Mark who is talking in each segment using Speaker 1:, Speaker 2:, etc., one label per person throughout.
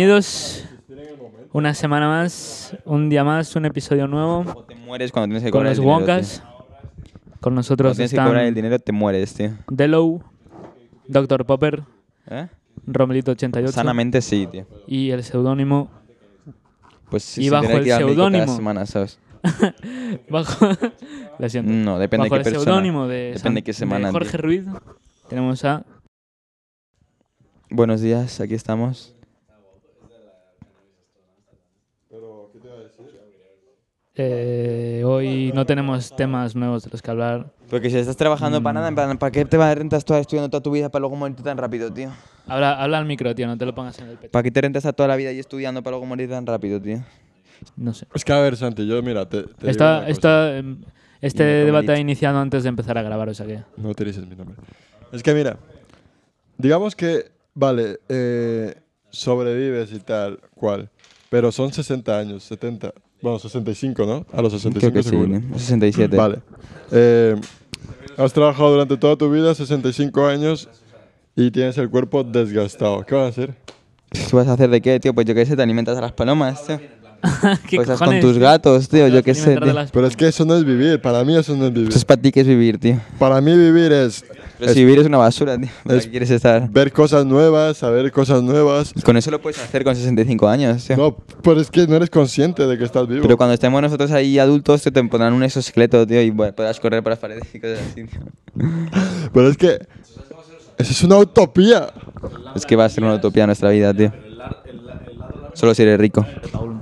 Speaker 1: Bienvenidos una semana más, un día más, un episodio nuevo
Speaker 2: O te mueres cuando tienes que
Speaker 1: con
Speaker 2: cobrar
Speaker 1: los
Speaker 2: el dinero.
Speaker 1: Wonkas.
Speaker 2: tío.
Speaker 1: Con
Speaker 2: Cuando
Speaker 1: nosotros
Speaker 2: tienes que cobrar el
Speaker 1: están
Speaker 2: dinero, te mueres, tío.
Speaker 1: Delow, Dr. Popper,
Speaker 2: ¿Eh?
Speaker 1: Romelito88
Speaker 2: Sanamente sí, tío.
Speaker 1: y el seudónimo
Speaker 2: Pues sí,
Speaker 1: Y
Speaker 2: se
Speaker 1: bajo
Speaker 2: tendrá
Speaker 1: el
Speaker 2: que ir a México cada
Speaker 1: seudónimo.
Speaker 2: semana, ¿sabes?
Speaker 1: bajo lo siento,
Speaker 2: No, Mm, depende
Speaker 1: bajo
Speaker 2: de
Speaker 1: el
Speaker 2: qué persona.
Speaker 1: seudónimo de,
Speaker 2: Depende
Speaker 1: San-
Speaker 2: de qué semana,
Speaker 1: de Jorge Ruiz tenemos a
Speaker 2: Buenos días, aquí estamos.
Speaker 1: eh, hoy no tenemos temas nuevos de los que hablar.
Speaker 2: Porque si estás trabajando para nada, en plan, ¿para qué te vas a rentas toda estudiando toda tu vida para luego morirte tan rápido, tío?
Speaker 1: Habla, habla al micro, tío, no te lo pongas en el pecho.
Speaker 2: ¿Para qué te rentas a toda la vida y estudiando para luego morir tan rápido, tío?
Speaker 1: No sé.
Speaker 3: Es que a ver, Santi, yo mira, te, te digo
Speaker 1: Esta-
Speaker 3: una cosa.
Speaker 1: esta, em, este
Speaker 2: Dime,
Speaker 1: debate
Speaker 2: Romelito.
Speaker 1: ha iniciado antes de empezar a grabar, o sea que...
Speaker 3: No utilices mi nombre. Es que mira, digamos que, vale, eh, sobrevives y tal, cual, pero son 60 años, 70, bueno, 65, ¿no? A los 65
Speaker 2: Creo que sí,
Speaker 3: seguro.
Speaker 2: ¿no? 67.
Speaker 3: Vale. Eh, has trabajado durante toda tu vida, 65 años, y tienes el cuerpo desgastado. ¿Qué vas a hacer?
Speaker 2: ¿Tú vas a hacer de qué, tío? Pues yo qué sé, te alimentas a las palomas, tío.
Speaker 1: ¿Qué
Speaker 2: Pues estás con
Speaker 1: cojones?
Speaker 2: tus gatos, tío,
Speaker 1: Te
Speaker 2: yo
Speaker 1: vas
Speaker 2: qué
Speaker 1: a
Speaker 2: sé,
Speaker 1: alimentar de
Speaker 2: tío.
Speaker 1: las-
Speaker 3: Pero es que eso no es vivir, para mí eso no es vivir.
Speaker 2: Entonces, ¿para ti qué es vivir, tío?
Speaker 3: Para mí vivir es,
Speaker 2: Pero
Speaker 3: es
Speaker 2: si vivir es una basura, tío. ¿Para
Speaker 3: es-
Speaker 2: qué quieres estar?
Speaker 3: ver cosas nuevas, saber cosas nuevas,
Speaker 2: Con eso lo puedes hacer con 65 años, tío.
Speaker 3: No, pero es que no eres consciente de que estás vivo.
Speaker 2: Pero cuando estemos nosotros ahí adultos, tío, te pondrán un exoesqueleto, tío, y bueno, podrás correr por las paredes y cosas así, tío.
Speaker 3: Pero es que. Eso es una utopía.
Speaker 2: Es que va a ser una utopía nuestra vida, tío. Solo si eres rico.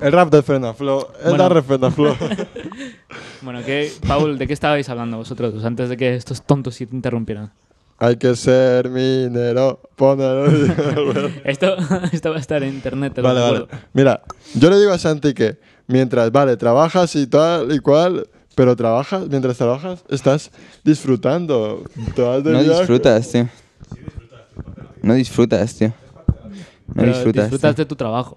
Speaker 3: El rap de Frenaflo. El
Speaker 1: Bueno.
Speaker 3: rap de Frenaflo.
Speaker 1: Bueno, ¿qué, Paul, ¿de qué estabais hablando vosotros dos antes de que estos tontos se interrumpieran?
Speaker 3: Hay que ser minero. Poner.
Speaker 1: Esto, esto va a estar en internet, te lo
Speaker 3: vale, vale.
Speaker 1: recuerdo.
Speaker 3: Mira, yo le digo a Santi que mientras, vale, trabajas y tal y cual. Pero trabajas, mientras trabajas, estás disfrutando. Te vas de
Speaker 2: No
Speaker 3: viaje.
Speaker 2: disfrutas, tío. No disfrutas, tío. No
Speaker 1: Pero
Speaker 2: disfrutas. tío.
Speaker 1: de tu trabajo.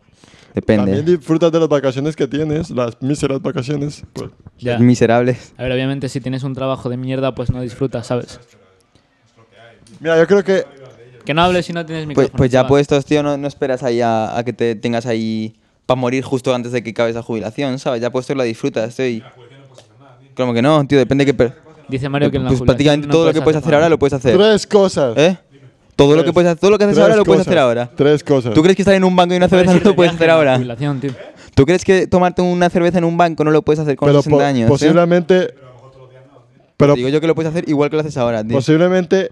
Speaker 3: También
Speaker 2: Depende.
Speaker 3: disfrutas de las vacaciones que tienes, las míseras vacaciones. Pues,
Speaker 1: Ya.
Speaker 2: Miserables.
Speaker 1: A ver, obviamente si tienes un trabajo de mierda, pues no disfrutas, ¿sabes?
Speaker 3: Mira, yo creo que
Speaker 1: Que no hables si no tienes
Speaker 2: Pues,
Speaker 1: micrófono.
Speaker 2: pues ya
Speaker 1: chaval.
Speaker 2: puestos, tío, no, no esperas ahí a, a que te tengas ahí para morir justo antes de que acabes la jubilación, ¿sabes? Ya puesto la disfrutas, tío. y-
Speaker 1: pues,
Speaker 2: Como que no, tío, depende que... per-
Speaker 1: Dice Mario que en la
Speaker 2: Pues
Speaker 1: jubilación
Speaker 2: prácticamente
Speaker 1: no
Speaker 2: todo lo
Speaker 1: puedes
Speaker 2: que puedes hacer
Speaker 1: nada.
Speaker 2: ahora lo puedes hacer.
Speaker 3: tres cosas.
Speaker 2: ¿Eh? Todo lo que
Speaker 3: Tres.
Speaker 2: puedes hacer, todo lo que haces
Speaker 3: Tres
Speaker 2: ahora lo puedes
Speaker 3: cosas.
Speaker 2: hacer ahora.
Speaker 3: Tres cosas.
Speaker 2: ¿Tú crees que estar en un banco y una cerveza no
Speaker 1: irte
Speaker 2: lo
Speaker 1: de
Speaker 2: puedes
Speaker 1: viaje
Speaker 2: hacer
Speaker 1: en la
Speaker 2: ahora?
Speaker 1: jubilación, tío.
Speaker 2: ¿Tú crees que tomarte una cerveza en un banco no lo puedes hacer con
Speaker 3: pero
Speaker 2: 60
Speaker 3: po-
Speaker 2: años? tío?
Speaker 3: posiblemente. Pero
Speaker 2: Te Digo yo que lo puedes hacer igual que lo haces ahora, tío.
Speaker 3: posiblemente.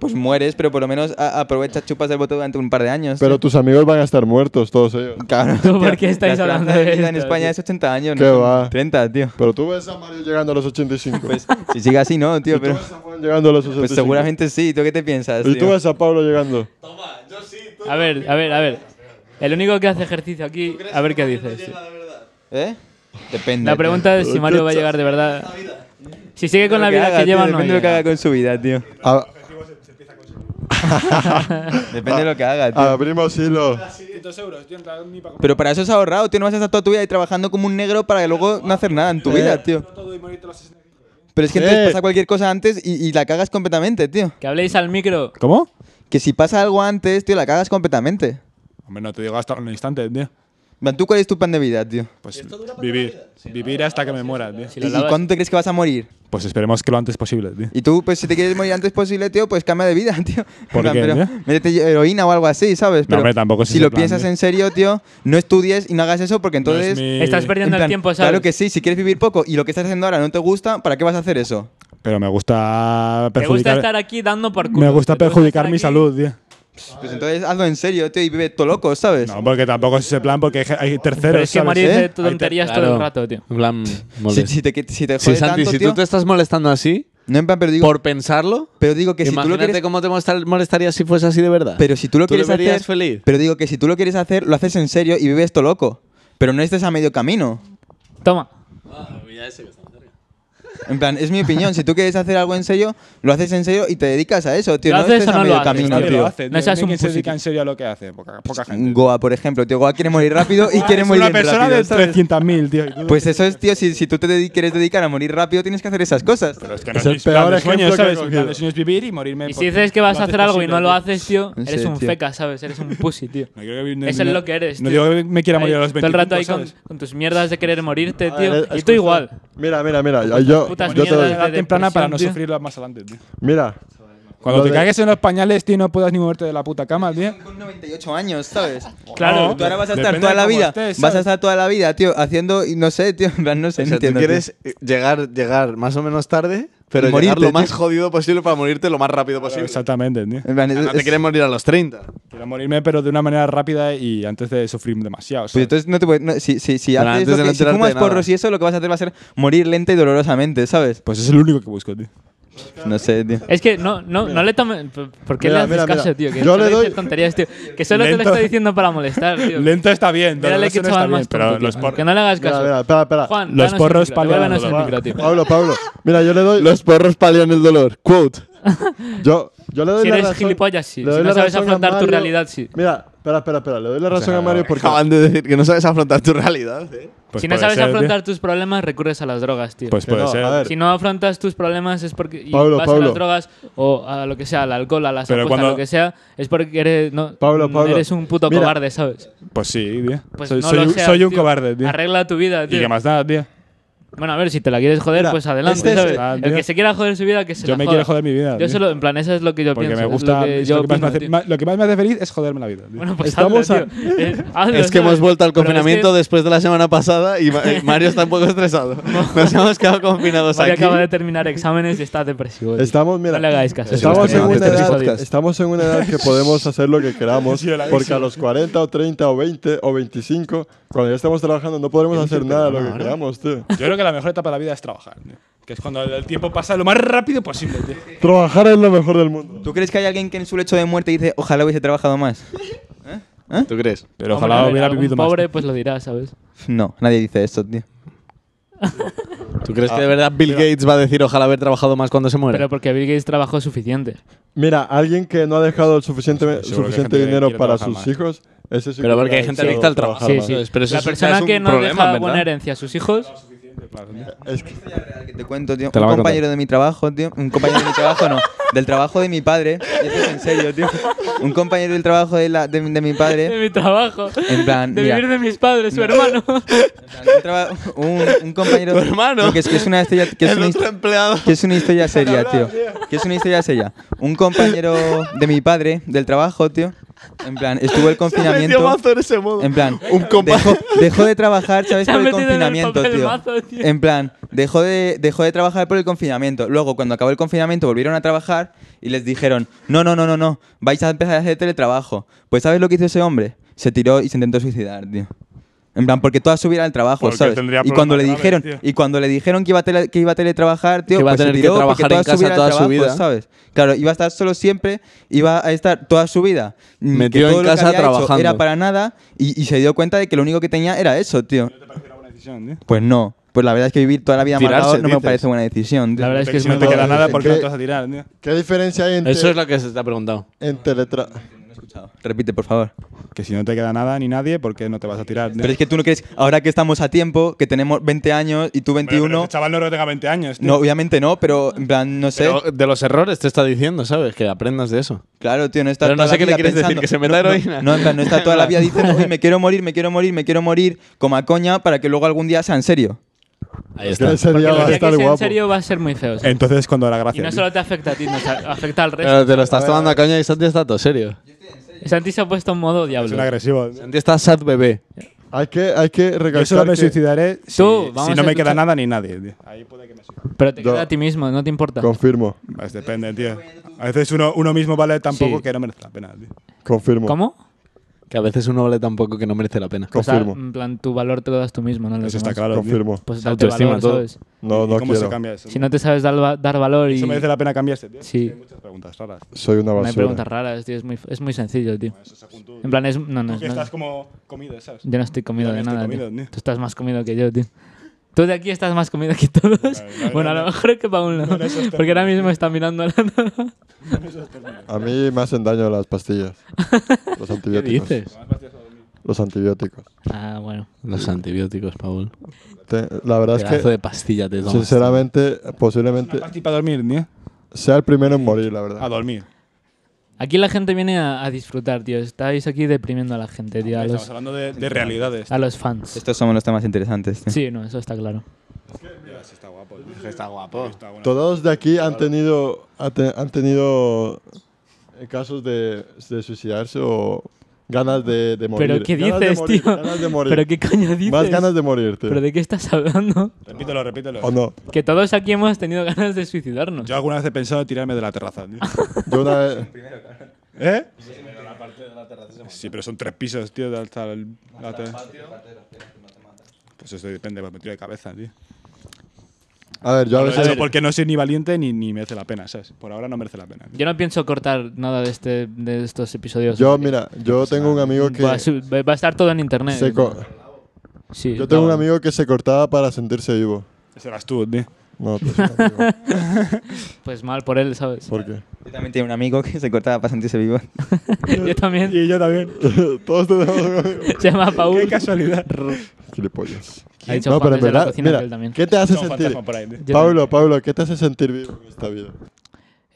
Speaker 2: Pues mueres, pero por lo menos a- aprovechas chupas del bote durante un par de años. ¿eh?
Speaker 3: Pero
Speaker 2: tío.
Speaker 3: tus amigos van a estar muertos, todos ellos.
Speaker 2: Cabrón,
Speaker 1: ¿Tú por
Speaker 2: tío,
Speaker 1: qué estáis
Speaker 2: la esperanza
Speaker 1: hablando de
Speaker 2: vida en
Speaker 1: esto,
Speaker 2: España
Speaker 1: tío?
Speaker 2: es 80 años,
Speaker 3: ¿Qué
Speaker 2: no son
Speaker 3: va?
Speaker 2: 30, tío.
Speaker 3: Pero tú ves a Mario llegando a los 85.
Speaker 2: Pues si sigue así, no, tío,
Speaker 3: tú
Speaker 2: pero...
Speaker 3: ves a Juan llegando a los 85.
Speaker 2: Pues seguramente sí, ¿tú qué te piensas,
Speaker 3: Y tú
Speaker 2: tío?
Speaker 3: ves a Pablo llegando.
Speaker 1: A ver, a ver, a ver. El único que hace ejercicio aquí, a ver qué dices. tío.
Speaker 2: ¿Eh? Depende.
Speaker 1: La
Speaker 2: tío.
Speaker 1: pregunta es si Mario va a llegar de verdad. Si sigue con la
Speaker 2: Lo que
Speaker 1: vida
Speaker 2: haga,
Speaker 1: que
Speaker 2: tío,
Speaker 1: lleva, no
Speaker 2: Depende de lo que haga
Speaker 1: llega.
Speaker 2: con su vida, tío.
Speaker 3: A-
Speaker 2: Depende de lo que haga, tío.
Speaker 3: abrimos hilo.
Speaker 4: 200 euros, tío, en plan, ni para
Speaker 2: ah. Pero para eso has ahorrado, tío. No vas a estar toda tu vida ahí trabajando como un negro para luego no hacer nada en tu
Speaker 4: Eh.
Speaker 2: vida, tío.
Speaker 4: todo y morirte a los 65.
Speaker 2: Pero es que entonces
Speaker 3: Eh.
Speaker 2: pasa cualquier cosa antes y, y la cagas completamente, tío.
Speaker 1: Que habléis al micro.
Speaker 4: ¿Cómo?
Speaker 2: Que si pasa algo antes, tío, la cagas completamente.
Speaker 4: Hombre, no te digo hasta un instante, tío.
Speaker 2: En plan, ¿Tú cuál es tu plan de vida, tío?
Speaker 4: Pues vivir. Vivir hasta que me muera, tío.
Speaker 1: Si
Speaker 2: ¿Y,
Speaker 1: lo
Speaker 2: y
Speaker 1: lavas-
Speaker 2: cuándo te crees que vas a morir?
Speaker 4: Pues esperemos que lo antes posible, tío.
Speaker 2: Y tú, pues si te quieres morir antes posible, tío, pues cambia de vida, tío. En
Speaker 4: ¿Por
Speaker 2: plan,
Speaker 4: qué,
Speaker 2: pero
Speaker 4: tío?
Speaker 2: métete heroína o algo así, ¿sabes? Pero
Speaker 4: hombre, tampoco es
Speaker 2: si
Speaker 4: ese
Speaker 2: lo
Speaker 4: plan,
Speaker 2: piensas
Speaker 4: tío.
Speaker 2: en serio, tío, no estudies y no hagas eso porque entonces...
Speaker 4: mi-
Speaker 1: Estás
Speaker 4: eh, en
Speaker 1: perdiendo
Speaker 2: en plan,
Speaker 1: el tiempo, ¿sabes?
Speaker 2: Claro que sí, si quieres vivir poco y lo que estás haciendo ahora no te gusta, ¿para qué vas a hacer eso?
Speaker 4: Pero me gusta
Speaker 1: Te gusta
Speaker 4: perjudicar.
Speaker 1: estar aquí dando por culo.
Speaker 4: me gusta
Speaker 1: Te
Speaker 4: perjudicar
Speaker 1: estar
Speaker 4: mi
Speaker 1: aquí-
Speaker 4: salud, tío.
Speaker 2: Pues entonces hazlo en serio, tío, y vive todo loco, ¿sabes?
Speaker 4: No, porque tampoco es ese plan, porque hay- hay terceros.
Speaker 1: Pero es que
Speaker 4: ¿sabes?
Speaker 1: Mario
Speaker 2: ¿Eh?
Speaker 1: dice
Speaker 2: Ahí
Speaker 4: te-
Speaker 1: tonterías todo el
Speaker 5: Claro.
Speaker 1: rato, tío.
Speaker 5: En plan,
Speaker 2: si,
Speaker 5: molest-
Speaker 2: si te, si te
Speaker 5: Sí,
Speaker 2: jode
Speaker 5: Santi,
Speaker 2: tanto,
Speaker 5: si
Speaker 2: tío,
Speaker 5: tú te estás molestando así,
Speaker 2: No, en plan, pero digo,
Speaker 5: por pensarlo,
Speaker 2: pero digo que si tú lo
Speaker 5: imagínate
Speaker 2: quieres...
Speaker 5: cómo te molestar- molestarías si fuese así de verdad.
Speaker 2: Pero si tú lo
Speaker 5: ¿Tú le
Speaker 2: quieres
Speaker 5: verías
Speaker 2: hacer...
Speaker 5: feliz?
Speaker 2: Pero digo que si tú lo quieres hacer, lo haces en serio y vives todo loco. Pero no estés a medio camino.
Speaker 1: Toma.
Speaker 2: En plan, es mi opinión. Si tú quieres hacer algo en serio, lo haces en serio y te dedicas a eso, tío.
Speaker 1: ¿Lo
Speaker 2: no
Speaker 1: haces
Speaker 2: estés
Speaker 1: o no
Speaker 2: a
Speaker 1: lo
Speaker 2: medio
Speaker 1: haces,
Speaker 2: camino,
Speaker 1: tío?
Speaker 2: tío.
Speaker 1: lo hace, No tío. seas un
Speaker 4: ¿Quién se dedica
Speaker 1: pusito.
Speaker 4: en serio a lo que hace? Poca, poca gente. Ah,
Speaker 2: Goa, por ejemplo, tío, Goa quiere morir rápido y quiere
Speaker 4: Es
Speaker 2: morir
Speaker 4: una persona
Speaker 2: rápido.
Speaker 4: de
Speaker 2: ¿sabes?
Speaker 4: 300.000, tío. y tú-
Speaker 2: Pues eso es, tío, si, si tú te dedi- quieres dedicar a morir rápido, tienes que hacer esas cosas.
Speaker 4: Pero es que
Speaker 3: Es el
Speaker 4: mis planes,
Speaker 3: peor ejemplo que he
Speaker 4: ¿sabes?
Speaker 3: cogido.
Speaker 4: Mi plan de sueño es vivir y morirme.
Speaker 1: Y si
Speaker 4: por-
Speaker 1: dices que vas
Speaker 4: lo
Speaker 1: a hacer algo y no
Speaker 4: posible,
Speaker 1: lo
Speaker 4: tío.
Speaker 1: haces, tío,
Speaker 2: En
Speaker 1: eres
Speaker 2: serio,
Speaker 1: un
Speaker 2: tío.
Speaker 1: feca, ¿sabes? Eres un pussy, tío.
Speaker 4: No creo que- no-
Speaker 1: Eso es
Speaker 4: no-
Speaker 1: lo que eres.
Speaker 4: No
Speaker 1: tío.
Speaker 4: digo que me quiera morir a los
Speaker 1: Ahí,
Speaker 4: 20.
Speaker 1: Todo el rato ahí con,
Speaker 4: ¿sabes?
Speaker 1: con tus mierdas de querer morirte,
Speaker 3: A
Speaker 1: tío.
Speaker 3: ver,
Speaker 1: y tú
Speaker 3: escucha.
Speaker 1: igual.
Speaker 3: Mira, mira, mira. Yo, yo
Speaker 1: putas
Speaker 3: te
Speaker 1: mierdas
Speaker 3: doy.
Speaker 1: de-
Speaker 4: Edad temprana para no
Speaker 1: depresión, tío.
Speaker 4: sufrirla más adelante, tío.
Speaker 3: Mira.
Speaker 4: Cuando
Speaker 3: Lo
Speaker 4: te
Speaker 3: de-
Speaker 4: cagues en los pañales, tío, y no puedas ni moverte de la puta cama, tío.
Speaker 2: Con 98 años, ¿sabes?
Speaker 4: Oh,
Speaker 1: Claro.
Speaker 2: Tú ahora vas a estar
Speaker 4: Depende
Speaker 2: toda
Speaker 4: de
Speaker 2: la
Speaker 4: cómo
Speaker 2: vida,
Speaker 4: estés,
Speaker 2: vas a
Speaker 4: ¿sabes?
Speaker 2: estar toda la vida, tío, haciendo, y no sé, tío, en plan, no sé,
Speaker 5: O
Speaker 2: no
Speaker 5: sea, tú
Speaker 2: entiendo, tío.
Speaker 5: quieres eh, llegar, llegar más o menos tarde, pero
Speaker 2: Y morirte,
Speaker 5: llegar lo más
Speaker 2: tío.
Speaker 5: jodido posible para morirte lo más rápido posible.
Speaker 4: Exactamente, tío.
Speaker 3: Eh.
Speaker 2: En plan, es-
Speaker 5: Ah, no te
Speaker 2: es-
Speaker 5: quieres morir a los 30.
Speaker 4: Quiero morirme, pero de una manera rápida y antes de sufrir demasiado.
Speaker 2: Pues
Speaker 4: ¿sabes?
Speaker 2: entonces no te puedes, no, si, si, si
Speaker 5: Pero
Speaker 2: haces
Speaker 5: antes
Speaker 2: lo
Speaker 5: de
Speaker 2: que-
Speaker 5: no
Speaker 2: si
Speaker 5: enterarte
Speaker 2: fumas
Speaker 5: de nada.
Speaker 2: porros y eso, lo que vas a hacer va a ser morir lenta y dolorosamente, ¿sabes?
Speaker 4: Pues es el único que busco, tío.
Speaker 2: No sé, tío.
Speaker 1: Es que no, no, no le tomen. ¿Por qué le
Speaker 3: Mira,
Speaker 1: haces
Speaker 3: mira, mira.
Speaker 1: caso, tío? Que
Speaker 3: Yo
Speaker 1: solo
Speaker 3: le
Speaker 1: dice
Speaker 3: doy-
Speaker 1: tonterías, tío. Que solo te
Speaker 4: Lento.
Speaker 1: lo está diciendo para molestar, tío.
Speaker 4: Lento está bien,
Speaker 1: Mírale
Speaker 4: doloroso
Speaker 1: que
Speaker 4: no
Speaker 1: chaval
Speaker 4: está
Speaker 1: más
Speaker 4: bien, pero
Speaker 1: tonto, tío.
Speaker 4: los por-
Speaker 1: Que no le hagas
Speaker 3: Mira,
Speaker 1: caso.
Speaker 3: mira, espera, espera.
Speaker 1: Juan,
Speaker 4: Los
Speaker 1: danos el
Speaker 4: porros
Speaker 1: micro,
Speaker 4: paliados.
Speaker 1: devuélvenos el
Speaker 4: Va.
Speaker 1: micro, tío.
Speaker 3: Pablo, Pablo. Mira, yo le doy. Los porros palian el dolor. Quote. Yo, yo le doy
Speaker 1: Si
Speaker 3: la
Speaker 1: eres
Speaker 3: razón-
Speaker 1: gilipollas, sí.
Speaker 3: le
Speaker 1: Si
Speaker 3: doy
Speaker 1: no
Speaker 3: la
Speaker 1: sabes
Speaker 3: razón a
Speaker 1: afrontar tu
Speaker 3: Mario-
Speaker 1: realidad, sí.
Speaker 3: Mira, espera, espera, espera. Le doy la razón a Mario porque.
Speaker 5: Acaban de decir que no sabes afrontar tu realidad. ¿eh?
Speaker 4: Pues
Speaker 1: si no
Speaker 4: puede
Speaker 1: sabes
Speaker 4: ser, tío.
Speaker 1: afrontar tus problemas, recurres a las drogas, tío.
Speaker 4: Pues
Speaker 3: Que
Speaker 4: puede
Speaker 3: no, a
Speaker 4: ser.
Speaker 3: ver.
Speaker 1: si no afrontas tus problemas es porque y
Speaker 3: Pablo,
Speaker 1: vas a
Speaker 3: Pablo.
Speaker 1: las drogas o a lo que sea, al alcohol, a las
Speaker 4: Pero
Speaker 1: apuestas,
Speaker 4: cuando-
Speaker 1: a lo que sea, es porque eres, no,
Speaker 3: Pablo, Pablo.
Speaker 1: eres un puto
Speaker 3: Mira.
Speaker 1: cobarde, ¿sabes?
Speaker 4: Pues sí, tío.
Speaker 1: Pues
Speaker 4: soy
Speaker 1: no
Speaker 4: soy
Speaker 1: lo
Speaker 4: un-
Speaker 1: seas,
Speaker 4: soy un
Speaker 1: tío.
Speaker 4: cobarde, tío.
Speaker 1: Arregla tu vida,
Speaker 4: Y
Speaker 1: tío.
Speaker 4: que más nada, tío.
Speaker 1: Bueno, a ver, si te la quieres joder,
Speaker 3: Mira,
Speaker 1: pues adelante,
Speaker 3: este es-
Speaker 1: ¿sabes?
Speaker 4: Ah,
Speaker 1: El
Speaker 4: tío.
Speaker 1: que se quiera joder su vida, que se
Speaker 4: Yo
Speaker 1: la
Speaker 4: me
Speaker 1: joda.
Speaker 4: quiero joder mi vida,
Speaker 1: Yo
Speaker 4: tío.
Speaker 1: solo, en plan, eso es lo que yo
Speaker 4: Porque
Speaker 1: pienso.
Speaker 4: me
Speaker 1: es
Speaker 4: gusta.
Speaker 1: lo que
Speaker 4: es
Speaker 1: yo
Speaker 4: lo que más
Speaker 1: opino,
Speaker 4: me hace-
Speaker 1: tío.
Speaker 4: ma- Lo que más me hace feliz es joderme la vida, tío.
Speaker 1: Bueno, pues
Speaker 3: Estamos
Speaker 1: hazlo,
Speaker 3: a-
Speaker 1: tío. Eh, hazlo,
Speaker 5: Es que
Speaker 1: ¿sabes?
Speaker 5: hemos vuelto al
Speaker 1: Pero es que
Speaker 5: confinamiento después de la semana pasada y Ma- Mario está un poco estresado. Nos hemos quedado confinados
Speaker 1: Mario
Speaker 5: aquí.
Speaker 1: acaba de terminar exámenes y está depresivo. tío.
Speaker 3: Estamos, mira.
Speaker 1: No le hagáis caso.
Speaker 3: Estamos
Speaker 5: Sí,
Speaker 3: en, una
Speaker 5: bastante
Speaker 3: edad,
Speaker 5: podcast.
Speaker 3: estamos en una edad que podemos hacer lo que queramos, porque a los 40 o 30 o 20 o 25, cuando ya estamos trabajando, no podremos hacer nada de lo que queramos, tío.
Speaker 4: Yo creo que la mejor etapa de la vida es trabajar, tío. Que es cuando el tiempo pasa lo más rápido posible, tío.
Speaker 3: Trabajar es lo mejor del mundo.
Speaker 2: ¿Tú crees que hay alguien que en su lecho de muerte dice, ojalá hubiese trabajado más?
Speaker 5: ¿Tú crees?
Speaker 4: Pero
Speaker 1: Hombre, a
Speaker 4: ojalá
Speaker 1: ver,
Speaker 4: hubiera
Speaker 1: algún
Speaker 4: vivido más.
Speaker 1: pobre, pues lo dirá, ¿sabes?
Speaker 2: No, nadie dice esto, tío.
Speaker 5: ¿Tú crees que de verdad Bill Gates va a decir ojalá haber trabajado más cuando se muera?
Speaker 1: Pero porque Bill Gates trabajó suficiente.
Speaker 3: Mira, alguien que no ha dejado el suficiente,
Speaker 4: Seguro que hay
Speaker 3: suficiente
Speaker 4: gente que
Speaker 3: dinero
Speaker 4: quiere
Speaker 3: para
Speaker 4: trabajar
Speaker 3: sus
Speaker 4: más.
Speaker 3: hijos, ese sí
Speaker 5: Pero
Speaker 3: que
Speaker 5: porque hay
Speaker 3: ha
Speaker 5: gente
Speaker 3: deseado
Speaker 5: adicta al trabajo.
Speaker 3: trabajar
Speaker 1: Sí,
Speaker 5: Ojalá.
Speaker 3: más.
Speaker 1: sí.
Speaker 5: Pero eso
Speaker 1: la
Speaker 5: es-
Speaker 1: persona
Speaker 5: es un
Speaker 1: que no
Speaker 5: problema,
Speaker 1: deja
Speaker 5: ¿verdad?
Speaker 1: buena herencia a sus hijos.
Speaker 3: Es que-
Speaker 2: real que te cuento, tío.
Speaker 5: Te la
Speaker 2: un
Speaker 5: voy a contar.
Speaker 2: compañero de mi trabajo, tío. Un compañero de mi trabajo, no. Del trabajo de mi padre. Y esto es en serio, tío. Un compañero del trabajo de, la, de, mi- de mi
Speaker 1: De
Speaker 2: padre.
Speaker 1: mi trabajo.
Speaker 2: En plan,
Speaker 1: de
Speaker 2: mira.
Speaker 1: vivir de mis padres, su hermano.
Speaker 2: Un, traba- un- un compañero.
Speaker 5: Tu hermano.
Speaker 2: no, Que es, que es una estrella. Que es
Speaker 5: el
Speaker 2: una
Speaker 5: otro
Speaker 2: hist-
Speaker 5: empleado.
Speaker 2: que es una historia seria, tío. Que es una historia seria. Un compañero de mi padre, del trabajo, tío. En plan, estuvo el
Speaker 5: Metió
Speaker 2: confinamiento.
Speaker 5: mazo en ese modo.
Speaker 2: En plan,
Speaker 5: Un compa-
Speaker 2: dejó, dejó de trabajar, ¿sabes?
Speaker 1: Se ha
Speaker 2: Por el
Speaker 1: metido en el
Speaker 2: confinamiento,
Speaker 1: papel
Speaker 2: tío.
Speaker 1: mazo, tío.
Speaker 2: En plan, dejó de, dejó de trabajar por el confinamiento. Luego, cuando acabó el confinamiento, volvieron a trabajar y les dijeron, no, no, no, no, no, vais a empezar a hacer teletrabajo. Pues ¿sabes lo que hizo ese hombre? Se tiró y se intentó suicidar, tío. En plan, porque toda su vida era el trabajo,
Speaker 4: Porque
Speaker 2: ¿sabes?
Speaker 4: tendría
Speaker 2: Y cuando, le
Speaker 4: problemas graves,
Speaker 2: dijeron,
Speaker 4: tío.
Speaker 2: y cuando le dijeron que iba a, tele- que iba a teletrabajar, tío,
Speaker 5: Que iba a
Speaker 2: pues se
Speaker 5: tener que
Speaker 2: tiró porque
Speaker 5: trabajar en casa
Speaker 2: toda su vida, era
Speaker 5: toda su
Speaker 2: trabajo,
Speaker 5: vida.
Speaker 2: ¿sabes? Claro, iba a estar solo siempre, iba a estar toda su vida. mm, que
Speaker 5: Metido en
Speaker 2: todo lo que
Speaker 5: casa
Speaker 2: había hecho
Speaker 5: trabajando.
Speaker 2: Era para nada y, y se dio cuenta de que lo único que tenía era eso, tío. Pues no. Pues la verdad es que vivir toda la vida
Speaker 5: Tirarse,
Speaker 2: amargado no me
Speaker 5: dices.
Speaker 2: parece buena decisión. tío.
Speaker 1: La verdad es que es
Speaker 4: Si no
Speaker 1: muy
Speaker 4: te queda
Speaker 1: bueno.
Speaker 4: nada, ¿por qué no
Speaker 3: ¿Qué?
Speaker 4: te vas a tirar, tío?
Speaker 3: ¿Qué diferencia
Speaker 1: este
Speaker 3: hay entre,
Speaker 5: Eso es lo que se está preguntando.
Speaker 3: en teletra-
Speaker 2: No he escuchado. Repite, por favor.
Speaker 4: Que si no te queda nada ni nadie, ¿por qué no te vas a tirar? tío?
Speaker 2: Pero es que tú no crees, ahora que estamos a tiempo, que tenemos 20 años y tú
Speaker 4: Hombre, pero
Speaker 2: 21,
Speaker 4: ese chaval no creo que tenga 20 años, tío.
Speaker 2: no, obviamente no, pero en plan, no sé.
Speaker 5: Pero de los errores te está diciendo, ¿sabes? Que aprendas de eso.
Speaker 2: Claro, tío, no está
Speaker 5: Pero no sé
Speaker 2: toda la
Speaker 5: qué le
Speaker 2: vida
Speaker 5: quieres decir,
Speaker 2: pensando-
Speaker 5: que se meta
Speaker 2: no, no,
Speaker 5: heroína.
Speaker 2: No, en plan, no está toda la vida diciendo, "Uy, me quiero morir, me quiero morir, me quiero morir, como a coña, para que luego algún día sea en serio.
Speaker 5: Ahí
Speaker 3: que
Speaker 5: está.
Speaker 3: ese día
Speaker 1: Porque
Speaker 3: va
Speaker 1: el
Speaker 3: a
Speaker 1: día que
Speaker 3: estar
Speaker 1: sea en
Speaker 3: guapo.
Speaker 1: serio va a ser muy feo. ¿sabes?
Speaker 4: Entonces, cuando la
Speaker 1: Y
Speaker 4: gracia.
Speaker 1: no
Speaker 4: tío.
Speaker 1: solo te afecta a ti, nos a- afecta al resto.
Speaker 5: Pero te lo estás tomando a coña y Santi está tosero.
Speaker 1: Santi se ha puesto en modo
Speaker 4: Es un
Speaker 1: diablo.
Speaker 4: agresivo. tío.
Speaker 5: Santi está sad bebé.
Speaker 3: Hay que, hay que
Speaker 4: Yo
Speaker 3: recalcar
Speaker 4: solo me
Speaker 3: que-
Speaker 4: suicidaré si,
Speaker 1: Tú,
Speaker 4: si
Speaker 1: vamos a
Speaker 4: no me
Speaker 1: escuchar-
Speaker 4: queda nada ni nadie, tío.
Speaker 1: Pero te
Speaker 3: Yo-
Speaker 1: queda a ti mismo, no te importa.
Speaker 3: Confirmo,
Speaker 4: Pues depende, tío. A veces uno, uno mismo vale tan
Speaker 1: Sí.
Speaker 4: poco que no merece la pena, tío.
Speaker 3: confirmo.
Speaker 1: ¿Cómo?
Speaker 5: Que a veces uno vale tan poco que no merece la pena.
Speaker 1: O sea,
Speaker 3: Confirmo,
Speaker 1: en plan, tu valor te lo das tú mismo, ¿no? a los
Speaker 4: Eso está
Speaker 1: demás.
Speaker 4: claro. tío.
Speaker 3: confirmo.
Speaker 1: Pues
Speaker 5: Esa
Speaker 1: date
Speaker 5: autoestima,
Speaker 1: valor,
Speaker 5: todo.
Speaker 1: ¿sabes?
Speaker 3: No,
Speaker 4: ¿Y
Speaker 3: no
Speaker 4: ¿Cómo
Speaker 3: quiero.
Speaker 4: se cambia eso?
Speaker 1: Si no te sabes dar, va- dar valor y...
Speaker 4: Eso merece la pena cambiarse, tío.
Speaker 1: Sí. Pues
Speaker 4: Hay muchas preguntas raras.
Speaker 3: Soy una
Speaker 1: No hay preguntas
Speaker 3: basura.
Speaker 1: raras, tío. Es muy, es muy sencillo, tío.
Speaker 4: según tú.
Speaker 1: En plan, es... No, no,
Speaker 4: Tú que
Speaker 1: no.
Speaker 4: estás como comido, ¿sabes?
Speaker 1: Yo no estoy comido
Speaker 4: Yo
Speaker 1: de
Speaker 4: también
Speaker 1: nada,
Speaker 4: estoy comido,
Speaker 1: tío.
Speaker 4: tío.
Speaker 1: Tú estás más comido que yo, tío. Tú de aquí estás más comido que todos. bueno, a lo mejor es que Paul no. porque ahora mismo está mirando a la nada.
Speaker 3: A mí me hacen daño las pastillas. Los
Speaker 1: ¿Qué
Speaker 3: antibióticos.
Speaker 1: dices?
Speaker 3: Los antibióticos.
Speaker 1: Ah, bueno.
Speaker 5: Los antibióticos, Paul.
Speaker 3: Te- la verdad es
Speaker 5: Pedazo
Speaker 3: que,
Speaker 5: de pastilla te tomas.
Speaker 3: sinceramente, posiblemente
Speaker 4: Pasti para dormir, ¿no?
Speaker 3: sea el primero en morir, la
Speaker 4: A
Speaker 3: verdad.
Speaker 4: dormir.
Speaker 1: Aquí la gente viene a, a disfrutar, tío. Estáis aquí deprimiendo a la gente, tío. A
Speaker 4: Estamos
Speaker 1: los,
Speaker 4: hablando de, de realidades.
Speaker 1: a los fans.
Speaker 2: Estos somos los temas interesantes. tío.
Speaker 1: Sí, no, eso está claro.
Speaker 4: Está guapo. Está guapo. Está bueno.
Speaker 3: Todos de aquí han tenido, ha te- han tenido eh, casos de, de suicidarse o ganas de, de morir.
Speaker 1: ¿Pero qué
Speaker 3: Ganas de
Speaker 1: dices,
Speaker 3: morir,
Speaker 1: tío?
Speaker 3: Ganas de morir.
Speaker 1: ¿Pero qué coño dices?
Speaker 3: Más ganas de morirte.
Speaker 1: ¿Pero de qué estás hablando?
Speaker 4: Repítelo, repítelo.
Speaker 3: O no.
Speaker 1: Que todos aquí hemos tenido ganas de suicidarnos.
Speaker 4: Yo alguna vez he pensado en tirarme de la terraza. tío.
Speaker 3: Yo una vez.
Speaker 4: ¿Eh? Sí, pero son tres pisos, tío, de hasta el, la te- Pues eso depende, pues me tiro de cabeza, tío.
Speaker 3: A ver, yo a
Speaker 4: Lo he
Speaker 3: veces.
Speaker 4: hecho porque no soy ni valiente ni, ni merece la pena, ¿sabes? Por ahora no merece la pena.
Speaker 1: Yo no pienso cortar nada de este de estos episodios.
Speaker 3: Yo, mira, yo tengo un amigo que.
Speaker 1: va, a sub- va a estar todo en internet.
Speaker 3: se co-
Speaker 1: Sí,
Speaker 3: yo tengo un
Speaker 1: no.
Speaker 3: amigo que se cortaba para sentirse vivo.
Speaker 4: Ese eras tú, tío.
Speaker 3: No, pues, no, amigo.
Speaker 1: Pues mal por él, ¿sabes?
Speaker 3: ¿Por qué?
Speaker 2: Yo también tenía un amigo que se cortaba para sentirse vivo.
Speaker 1: Yo también.
Speaker 4: Y yo también.
Speaker 3: Todos tenemos un amigo.
Speaker 1: Se llama Paul.
Speaker 4: Qué casualidad.
Speaker 3: Gilipollas.
Speaker 1: Ha dicho Juan desde la cocina que él también.
Speaker 3: ¿qué te hace
Speaker 4: Son
Speaker 3: sentir?
Speaker 4: fantasmas por ahí, tío.
Speaker 1: Yo
Speaker 3: Pablo, Pablo, ¿qué te hace sentir vivo en esta vida?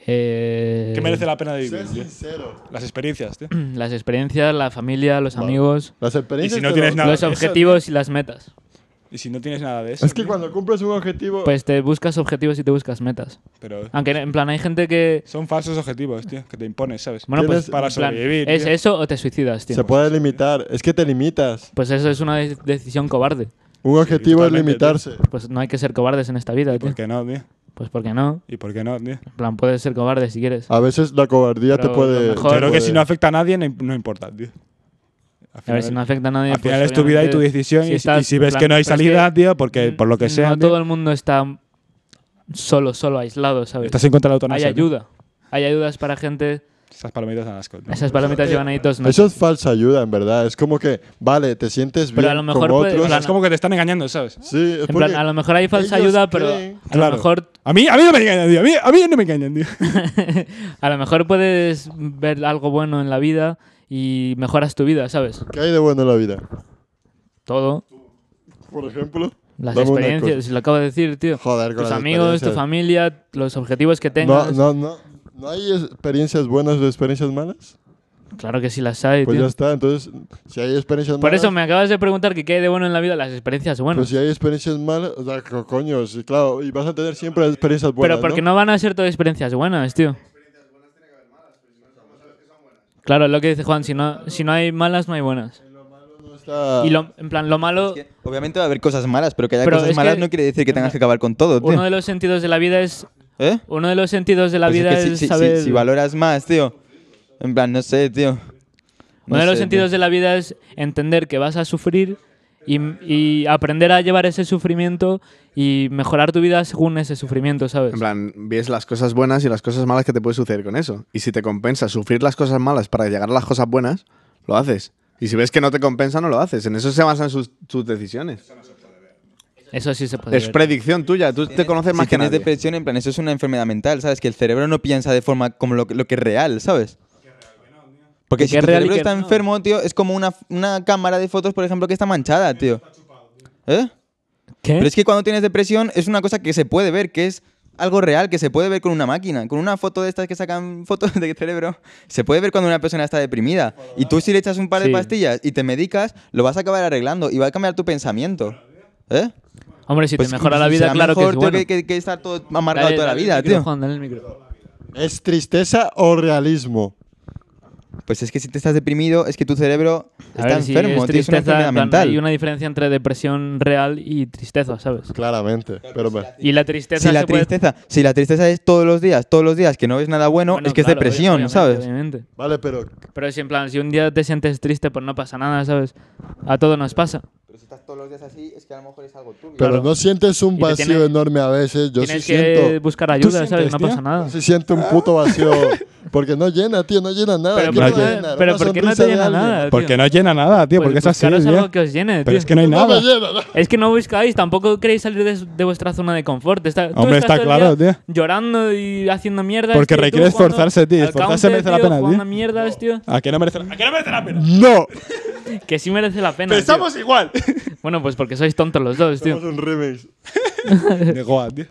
Speaker 1: Eh,
Speaker 4: ¿Qué merece la pena de
Speaker 3: Sé
Speaker 4: vivir, tío?
Speaker 3: sincero.
Speaker 4: Las experiencias, tío.
Speaker 1: Las experiencias, la familia, los amigos,
Speaker 3: Las experiencias.
Speaker 4: Y si no
Speaker 3: te
Speaker 4: tienes
Speaker 3: lo-
Speaker 4: nada-
Speaker 1: los
Speaker 4: eso,
Speaker 1: objetivos y las metas.
Speaker 4: Y si no tienes nada de eso.
Speaker 3: Es que
Speaker 4: tío,
Speaker 3: cuando cumples un objetivo.
Speaker 1: Pues te buscas objetivos y te buscas metas.
Speaker 4: Pero
Speaker 1: Aunque en plan hay gente que...
Speaker 4: son falsos objetivos, tío, que te impones, ¿sabes?
Speaker 1: Bueno, pues
Speaker 3: Tienes-
Speaker 4: para
Speaker 1: en plan,
Speaker 4: sobrevivir,
Speaker 1: ¿Es
Speaker 4: tío.
Speaker 1: eso o te suicidas, tío?
Speaker 3: se puede limitar. Es que te limitas.
Speaker 1: Pues eso es una de- decisión cobarde.
Speaker 3: Un objetivo es
Speaker 4: totalmente,
Speaker 3: limitarse.
Speaker 1: Pues no hay que ser cobardes en esta vida, tío.
Speaker 4: ¿Por qué no, tío?
Speaker 1: Pues porque no.
Speaker 4: ¿Y por qué no, tío?
Speaker 1: En plan, puedes ser cobarde si
Speaker 4: Ah,
Speaker 1: quieres.
Speaker 3: A veces la cobardía
Speaker 1: Pero
Speaker 3: te puede.
Speaker 1: lo mejor- pues,
Speaker 3: te
Speaker 4: Creo que
Speaker 3: puede-
Speaker 4: si no afecta a nadie, no, im- no importa, tío. Al
Speaker 1: A ver, si no afecta a nadie.
Speaker 4: al
Speaker 1: pues,
Speaker 4: final es tu vida y tu
Speaker 1: obviamente,
Speaker 4: decisión. y, si-
Speaker 1: estás,
Speaker 4: y si
Speaker 1: en
Speaker 4: ves
Speaker 1: plan,
Speaker 4: que no hay
Speaker 1: pero es
Speaker 4: salida, tío,
Speaker 1: que mm,
Speaker 4: porque por lo que sea,
Speaker 1: No
Speaker 4: tío,
Speaker 1: todo el mundo está solo, solo, aislado, ¿sabes?
Speaker 4: estás en contra de la
Speaker 1: Hay
Speaker 4: eutanasia. tío.
Speaker 1: ayuda. Hay ayudas para gente.
Speaker 4: Esas palomitas dan asco. tío.
Speaker 1: Esas palomitas llevan ahí todos. ¿no?
Speaker 3: Eso es falsa ayuda, en verdad. Es como que, vale, te sientes bien
Speaker 1: Pero a lo mejor
Speaker 3: con
Speaker 1: puede-
Speaker 3: otros.
Speaker 1: en plan-
Speaker 4: Es como que te están engañando, ¿sabes?
Speaker 3: Sí, es
Speaker 1: en
Speaker 3: porque
Speaker 1: plan, a lo mejor hay falsa
Speaker 3: ellos
Speaker 1: ayuda, pero
Speaker 3: creen-
Speaker 1: a
Speaker 4: Claro.
Speaker 1: lo mejor
Speaker 4: A mí, a mí no me engañan, tío. A mí, a mí no me engañan, tío.
Speaker 1: a lo mejor puedes ver algo bueno en la vida y mejoras tu vida, ¿sabes?
Speaker 3: ¿Qué hay de bueno en la vida?
Speaker 1: Todo,
Speaker 3: Por ejemplo,
Speaker 1: las
Speaker 3: dame una
Speaker 1: experiencias, lo acabo de decir, tío.
Speaker 3: Joder, con
Speaker 1: Tus
Speaker 3: las
Speaker 1: amigos, tu
Speaker 3: experiencias.
Speaker 1: familia, los objetivos que
Speaker 3: cosa. No,
Speaker 1: tengas.
Speaker 3: no, no. ¿No hay experiencias buenas o experiencias malas?
Speaker 1: Claro que sí las hay,
Speaker 3: Pues
Speaker 1: tío.
Speaker 3: ya está, entonces, si hay experiencias
Speaker 1: Por
Speaker 3: malas.
Speaker 1: eso me acabas de preguntar que qué hay de bueno en la vida, las experiencias
Speaker 3: Pero
Speaker 1: buenas.
Speaker 3: si hay experiencias malas, o sea, co- coño, sí, claro, y vas a tener siempre experiencias buenas.
Speaker 1: Pero porque no van a ser todas experiencias buenas, tío. Claro, es lo que dice Juan, si no, si no hay malas, no hay buenas.
Speaker 3: No está-
Speaker 1: Y lo, en plan, lo malo,
Speaker 2: Que, Obviamente va a haber cosas malas, pero que haya
Speaker 1: Pero es
Speaker 2: cosas
Speaker 1: que-
Speaker 2: malas no quiere decir que tengas que acabar con todo, tío.
Speaker 1: uno de los sentidos de la vida es...
Speaker 2: ¿Eh?
Speaker 1: Uno de los sentidos de la
Speaker 2: Pues es
Speaker 1: vida
Speaker 2: que si-
Speaker 1: es,
Speaker 2: si, si-
Speaker 1: saber...
Speaker 2: si valoras más, tío. En plan, no sé, tío.
Speaker 1: uno
Speaker 2: No
Speaker 1: de los
Speaker 2: sé,
Speaker 1: sentidos
Speaker 2: tío.
Speaker 1: de la vida es entender que vas a sufrir y, y aprender a llevar ese sufrimiento y mejorar tu vida según ese sufrimiento, ¿sabes?
Speaker 5: En plan, ves las cosas buenas y las cosas malas que te puede suceder con eso. Y si te compensa sufrir las cosas malas para llegar a las cosas buenas, lo haces. Y si ves que no te compensa, no lo haces. En eso se basan sus, tus decisiones.
Speaker 1: Eso sí se puede
Speaker 5: Es
Speaker 1: ver.
Speaker 5: predicción tuya. Tú te conoces
Speaker 2: Si
Speaker 5: más que
Speaker 2: tienes
Speaker 5: nadie.
Speaker 2: depresión, en plan, eso es una enfermedad mental, ¿sabes? Que el cerebro no piensa de forma como lo, que- lo que es real, ¿sabes? Porque
Speaker 1: Que
Speaker 2: si
Speaker 1: es
Speaker 2: tu
Speaker 1: real y
Speaker 2: cerebro
Speaker 1: que
Speaker 2: está
Speaker 1: no.
Speaker 2: enfermo, tío, es como una, una cámara de fotos, por ejemplo, que está manchada, tío. ¿Eh?
Speaker 1: ¿Qué?
Speaker 2: Pero es que cuando tienes depresión es una cosa que se puede ver, que es algo real, que se puede ver con una máquina, con una foto de estas que sacan fotos de cerebro. Se puede ver cuando una persona está deprimida. Y tú si le echas un par
Speaker 1: Sí.
Speaker 2: de pastillas y te medicas, lo vas a acabar arreglando y va a cambiar tu pensamiento. ¿Eh?
Speaker 1: Hombre, si
Speaker 2: Pues
Speaker 1: te mejora la vida,
Speaker 2: será
Speaker 1: claro
Speaker 2: mejor,
Speaker 1: que es
Speaker 2: tío,
Speaker 1: bueno.
Speaker 2: que, que estar todo amargado
Speaker 1: Dale-
Speaker 2: toda la
Speaker 1: dale el
Speaker 2: vida,
Speaker 1: micro,
Speaker 2: tío.
Speaker 1: Juan, dale el micro.
Speaker 3: ¿Es tristeza o realismo?
Speaker 2: Pues es que si te estás deprimido, es que tu cerebro
Speaker 1: A
Speaker 2: está
Speaker 1: ver, si
Speaker 2: enfermo,
Speaker 1: es
Speaker 2: tío, es
Speaker 1: tristeza,
Speaker 2: una enfermedad
Speaker 1: en plan,
Speaker 2: mental.
Speaker 1: Hay una diferencia entre depresión real y tristeza, ¿sabes?
Speaker 3: Claramente. Pero me-
Speaker 1: Y la tristeza
Speaker 2: Si la
Speaker 1: se puede-
Speaker 2: tristeza, si la tristeza es todos los días, todos los días que no ves nada bueno,
Speaker 1: Bueno,
Speaker 2: es que
Speaker 1: claro,
Speaker 2: es depresión,
Speaker 1: obviamente,
Speaker 2: ¿sabes?
Speaker 1: obviamente.
Speaker 3: Vale, pero
Speaker 1: Pero si en plan, si un día te sientes triste, pues no pasa nada, ¿sabes? A todos nos pasa.
Speaker 2: Pero Pero si estás todos los días así, es que a lo mejor es algo turbio.
Speaker 3: Pero no sientes
Speaker 1: Y
Speaker 3: un
Speaker 1: te
Speaker 3: vacío
Speaker 1: tiene-
Speaker 3: enorme a veces. Yo sí
Speaker 1: Tienes que Ah.
Speaker 3: siento.
Speaker 1: buscar
Speaker 4: ¿Tú
Speaker 1: ayuda, ¿sabes?
Speaker 4: sientes,
Speaker 1: No
Speaker 4: tío?
Speaker 1: pasa nada.
Speaker 3: Sí siento un puto vacío. Porque no llena, tío, no llena nada.
Speaker 1: Pero,
Speaker 3: ¿Qué
Speaker 1: ¿por
Speaker 3: te
Speaker 1: qué-
Speaker 3: va a llenar?
Speaker 1: pero
Speaker 3: Una
Speaker 1: ¿por qué no te
Speaker 3: sonrisa de
Speaker 1: llena
Speaker 3: alguien.
Speaker 1: nada? tío?
Speaker 4: Porque no llena nada, tío,
Speaker 1: Pues
Speaker 4: porque es así.
Speaker 1: buscaros
Speaker 4: tío.
Speaker 1: algo que os llene,
Speaker 4: Pero
Speaker 1: tío.
Speaker 4: es que no hay
Speaker 3: No me
Speaker 4: nada.
Speaker 3: llena, no.
Speaker 1: Es que no buscáis, tampoco queréis salir de, de vuestra zona de confort. Está, tú
Speaker 4: Hombre,
Speaker 1: estás
Speaker 4: está
Speaker 1: todo el día
Speaker 4: claro, tío.
Speaker 1: Llorando y haciendo mierdas. tío,
Speaker 4: Porque
Speaker 1: y tú
Speaker 4: requiere
Speaker 1: jugando
Speaker 4: esforzarse, tío,
Speaker 1: al
Speaker 4: esforzarse
Speaker 1: counter,
Speaker 4: merece la
Speaker 1: tío,
Speaker 4: pena,
Speaker 1: jugando
Speaker 4: tío.
Speaker 1: mierdas, tío.
Speaker 4: ¿A qué no merece la, a qué no merece la pena?
Speaker 3: ¡No!
Speaker 1: Que sí merece la pena. tío.
Speaker 4: ¡Pensamos igual!
Speaker 1: Bueno, pues porque sois tontos los dos, tío.
Speaker 3: Hacemos un remix.
Speaker 4: De Goa, tío.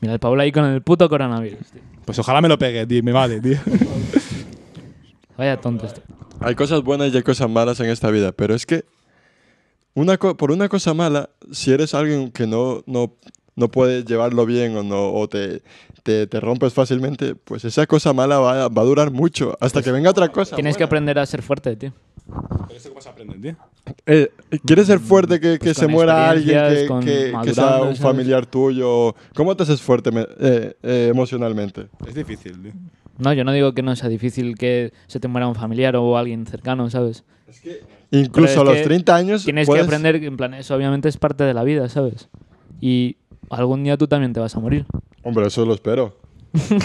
Speaker 1: Mira, el Pablo ahí con el puto coronavirus, tío.
Speaker 4: Pues ojalá me lo pegue, tío, me vale, tío.
Speaker 1: Vaya tontos, tío.
Speaker 3: Hay cosas buenas y hay cosas malas en esta vida, pero es que una co- por una cosa mala, si eres alguien que no, no, no puede llevarlo bien o, no, o te, te, te rompes fácilmente, pues esa cosa mala va, a- va a durar mucho hasta que venga otra cosa.
Speaker 1: Tienes que aprender a ser fuerte, tío.
Speaker 4: Pero eso cómo se aprende, tío.
Speaker 3: Eh, ¿Quieres ser fuerte que, que
Speaker 1: Pues
Speaker 3: se
Speaker 1: con
Speaker 3: muera alguien que,
Speaker 1: experiencias, con
Speaker 3: que- que sea
Speaker 1: madurando,
Speaker 3: un
Speaker 1: ¿sabes?
Speaker 3: familiar tuyo? ¿Cómo te haces fuerte me- eh, eh, emocionalmente?
Speaker 4: Es difícil, tío.
Speaker 1: No, yo no digo que no sea difícil que se te muera un familiar o alguien cercano, ¿sabes?
Speaker 3: Incluso a
Speaker 1: es
Speaker 3: los
Speaker 1: que
Speaker 3: 30 años
Speaker 1: Tienes
Speaker 3: puedes-
Speaker 1: que aprender, que, en plan, eso obviamente es parte de la vida, ¿sabes? Y algún día tú también te vas a morir.
Speaker 3: Hombre, eso lo espero.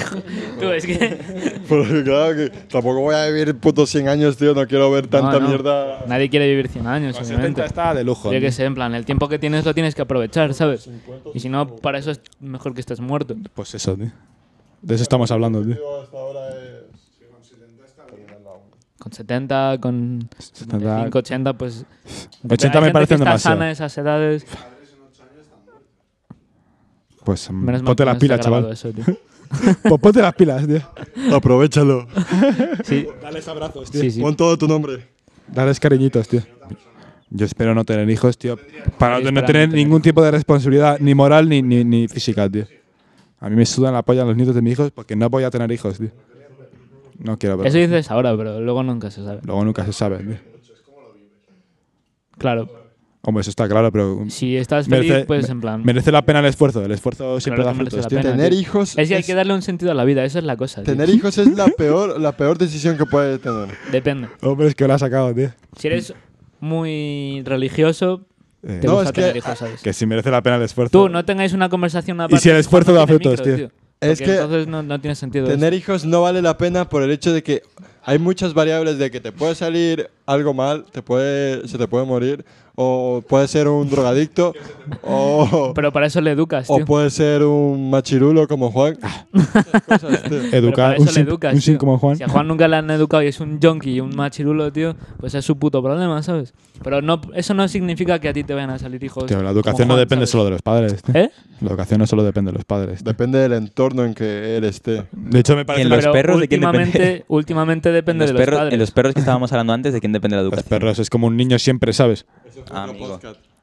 Speaker 1: Tú, es que
Speaker 3: Porque claro que tampoco voy a vivir putos 100 años, tío. No quiero ver tanta
Speaker 1: No, no.
Speaker 3: mierda.
Speaker 1: nadie quiere vivir 100 años,
Speaker 4: Con 70
Speaker 1: obviamente.
Speaker 4: está de lujo.
Speaker 1: Yo
Speaker 4: tío.
Speaker 1: que sé, en plan, el tiempo que tienes lo tienes que aprovechar, ¿sabes? Y si no, para eso es mejor que estés muerto.
Speaker 4: Pues eso, tío. De eso estamos hablando, tío.
Speaker 3: Hasta ahora es...
Speaker 1: Con 70, con 75, 80, pues...
Speaker 4: 80
Speaker 1: Hay
Speaker 4: me
Speaker 1: gente
Speaker 4: parecen
Speaker 1: que está
Speaker 4: demasiado.
Speaker 1: sana a esas edades.
Speaker 4: Pues mm,
Speaker 1: Menos mal
Speaker 4: ponte
Speaker 1: que
Speaker 4: las
Speaker 1: no está
Speaker 4: pilas, chaval.
Speaker 1: grabado eso, tío.
Speaker 4: Pues ponte las pilas, tío.
Speaker 3: Aprovechalo.
Speaker 1: Sí,
Speaker 4: Dales abrazos,
Speaker 1: sí, sí.
Speaker 3: Pon todo tu nombre.
Speaker 4: Dales cariñitos, tío. Yo espero no tener hijos, tío. Para
Speaker 1: Estoy
Speaker 4: no
Speaker 1: esperando
Speaker 4: tener
Speaker 1: tener
Speaker 4: ningún tipo de responsabilidad, ni moral, ni, ni, ni física, tío. A mí me sudan la polla los nietos de mis hijos porque no voy a tener hijos, tío. No quiero, pero
Speaker 1: Eso dices ahora, pero luego nunca se sabe.
Speaker 4: luego nunca se sabe, tío.
Speaker 1: Claro,
Speaker 4: Hombre, eso está claro, pero...
Speaker 1: si estás feliz,
Speaker 4: Merece,
Speaker 1: pues
Speaker 4: me-
Speaker 1: en plan...
Speaker 4: merece la pena el esfuerzo. El esfuerzo siempre
Speaker 1: que
Speaker 4: da
Speaker 1: merece
Speaker 4: frutos,
Speaker 1: la
Speaker 4: tío.
Speaker 1: pena.
Speaker 3: Tener
Speaker 1: tío.
Speaker 3: hijos
Speaker 1: Es que hay
Speaker 3: es-
Speaker 1: que darle un sentido a la vida, esa es la cosa. tío.
Speaker 3: Tener hijos es la peor, la peor decisión que puedes tener.
Speaker 1: Depende.
Speaker 4: Hombre, es que lo ha sacado, tío.
Speaker 1: Si eres muy religioso,
Speaker 4: Eh,
Speaker 1: te
Speaker 3: No,
Speaker 1: gusta
Speaker 3: es que-
Speaker 1: tener hijos, ¿sabes?
Speaker 4: que si merece la pena el esfuerzo.
Speaker 1: Tú, no tengáis una conversación aparte.
Speaker 4: si el esfuerzo
Speaker 1: no
Speaker 4: da
Speaker 1: tiene
Speaker 4: frutos,
Speaker 1: micros,
Speaker 4: tío.
Speaker 1: Porque
Speaker 3: Es que
Speaker 1: Entonces no, no tiene sentido. eso.
Speaker 3: Tener hijos no vale la pena por el hecho de que hay muchas variables de que te puede salir algo mal, te puede, se te puede morir, o puede ser un drogadicto, o,
Speaker 1: Pero Ah. para eso le educas, tío.
Speaker 3: o puede ser un machirulo como Juan. Muchas cosas, tío.
Speaker 1: Pero para
Speaker 4: Educar
Speaker 1: eso
Speaker 4: un,
Speaker 1: le
Speaker 4: sim-
Speaker 1: educas,
Speaker 4: un sim
Speaker 1: tío.
Speaker 4: como Juan.
Speaker 1: Si a Juan nunca le han educado y es un junkie y un machirulo, tío, pues es su puto problema, ¿sabes? Pero no, eso no significa que a ti te vayan a salir hijos.
Speaker 4: Tío, la
Speaker 1: como
Speaker 4: educación no
Speaker 1: Juan,
Speaker 4: depende
Speaker 1: ¿sabes?
Speaker 4: solo de los padres. tío.
Speaker 1: ¿Eh?
Speaker 4: La educación no solo depende de los padres. tío.
Speaker 3: Depende del entorno en que él esté.
Speaker 4: De hecho, me parece
Speaker 2: En
Speaker 4: la-
Speaker 2: los
Speaker 1: Pero
Speaker 2: perros, ¿de quién depende?
Speaker 1: últimamente, últimamente
Speaker 2: En
Speaker 1: depende
Speaker 2: los,
Speaker 1: de los
Speaker 2: perros, en
Speaker 1: padres.
Speaker 2: los perros que estábamos hablando antes, ¿de quién depende la
Speaker 4: los
Speaker 2: educación?
Speaker 4: perros. Es como un niño siempre, ¿sabes?
Speaker 2: Ah, amigo.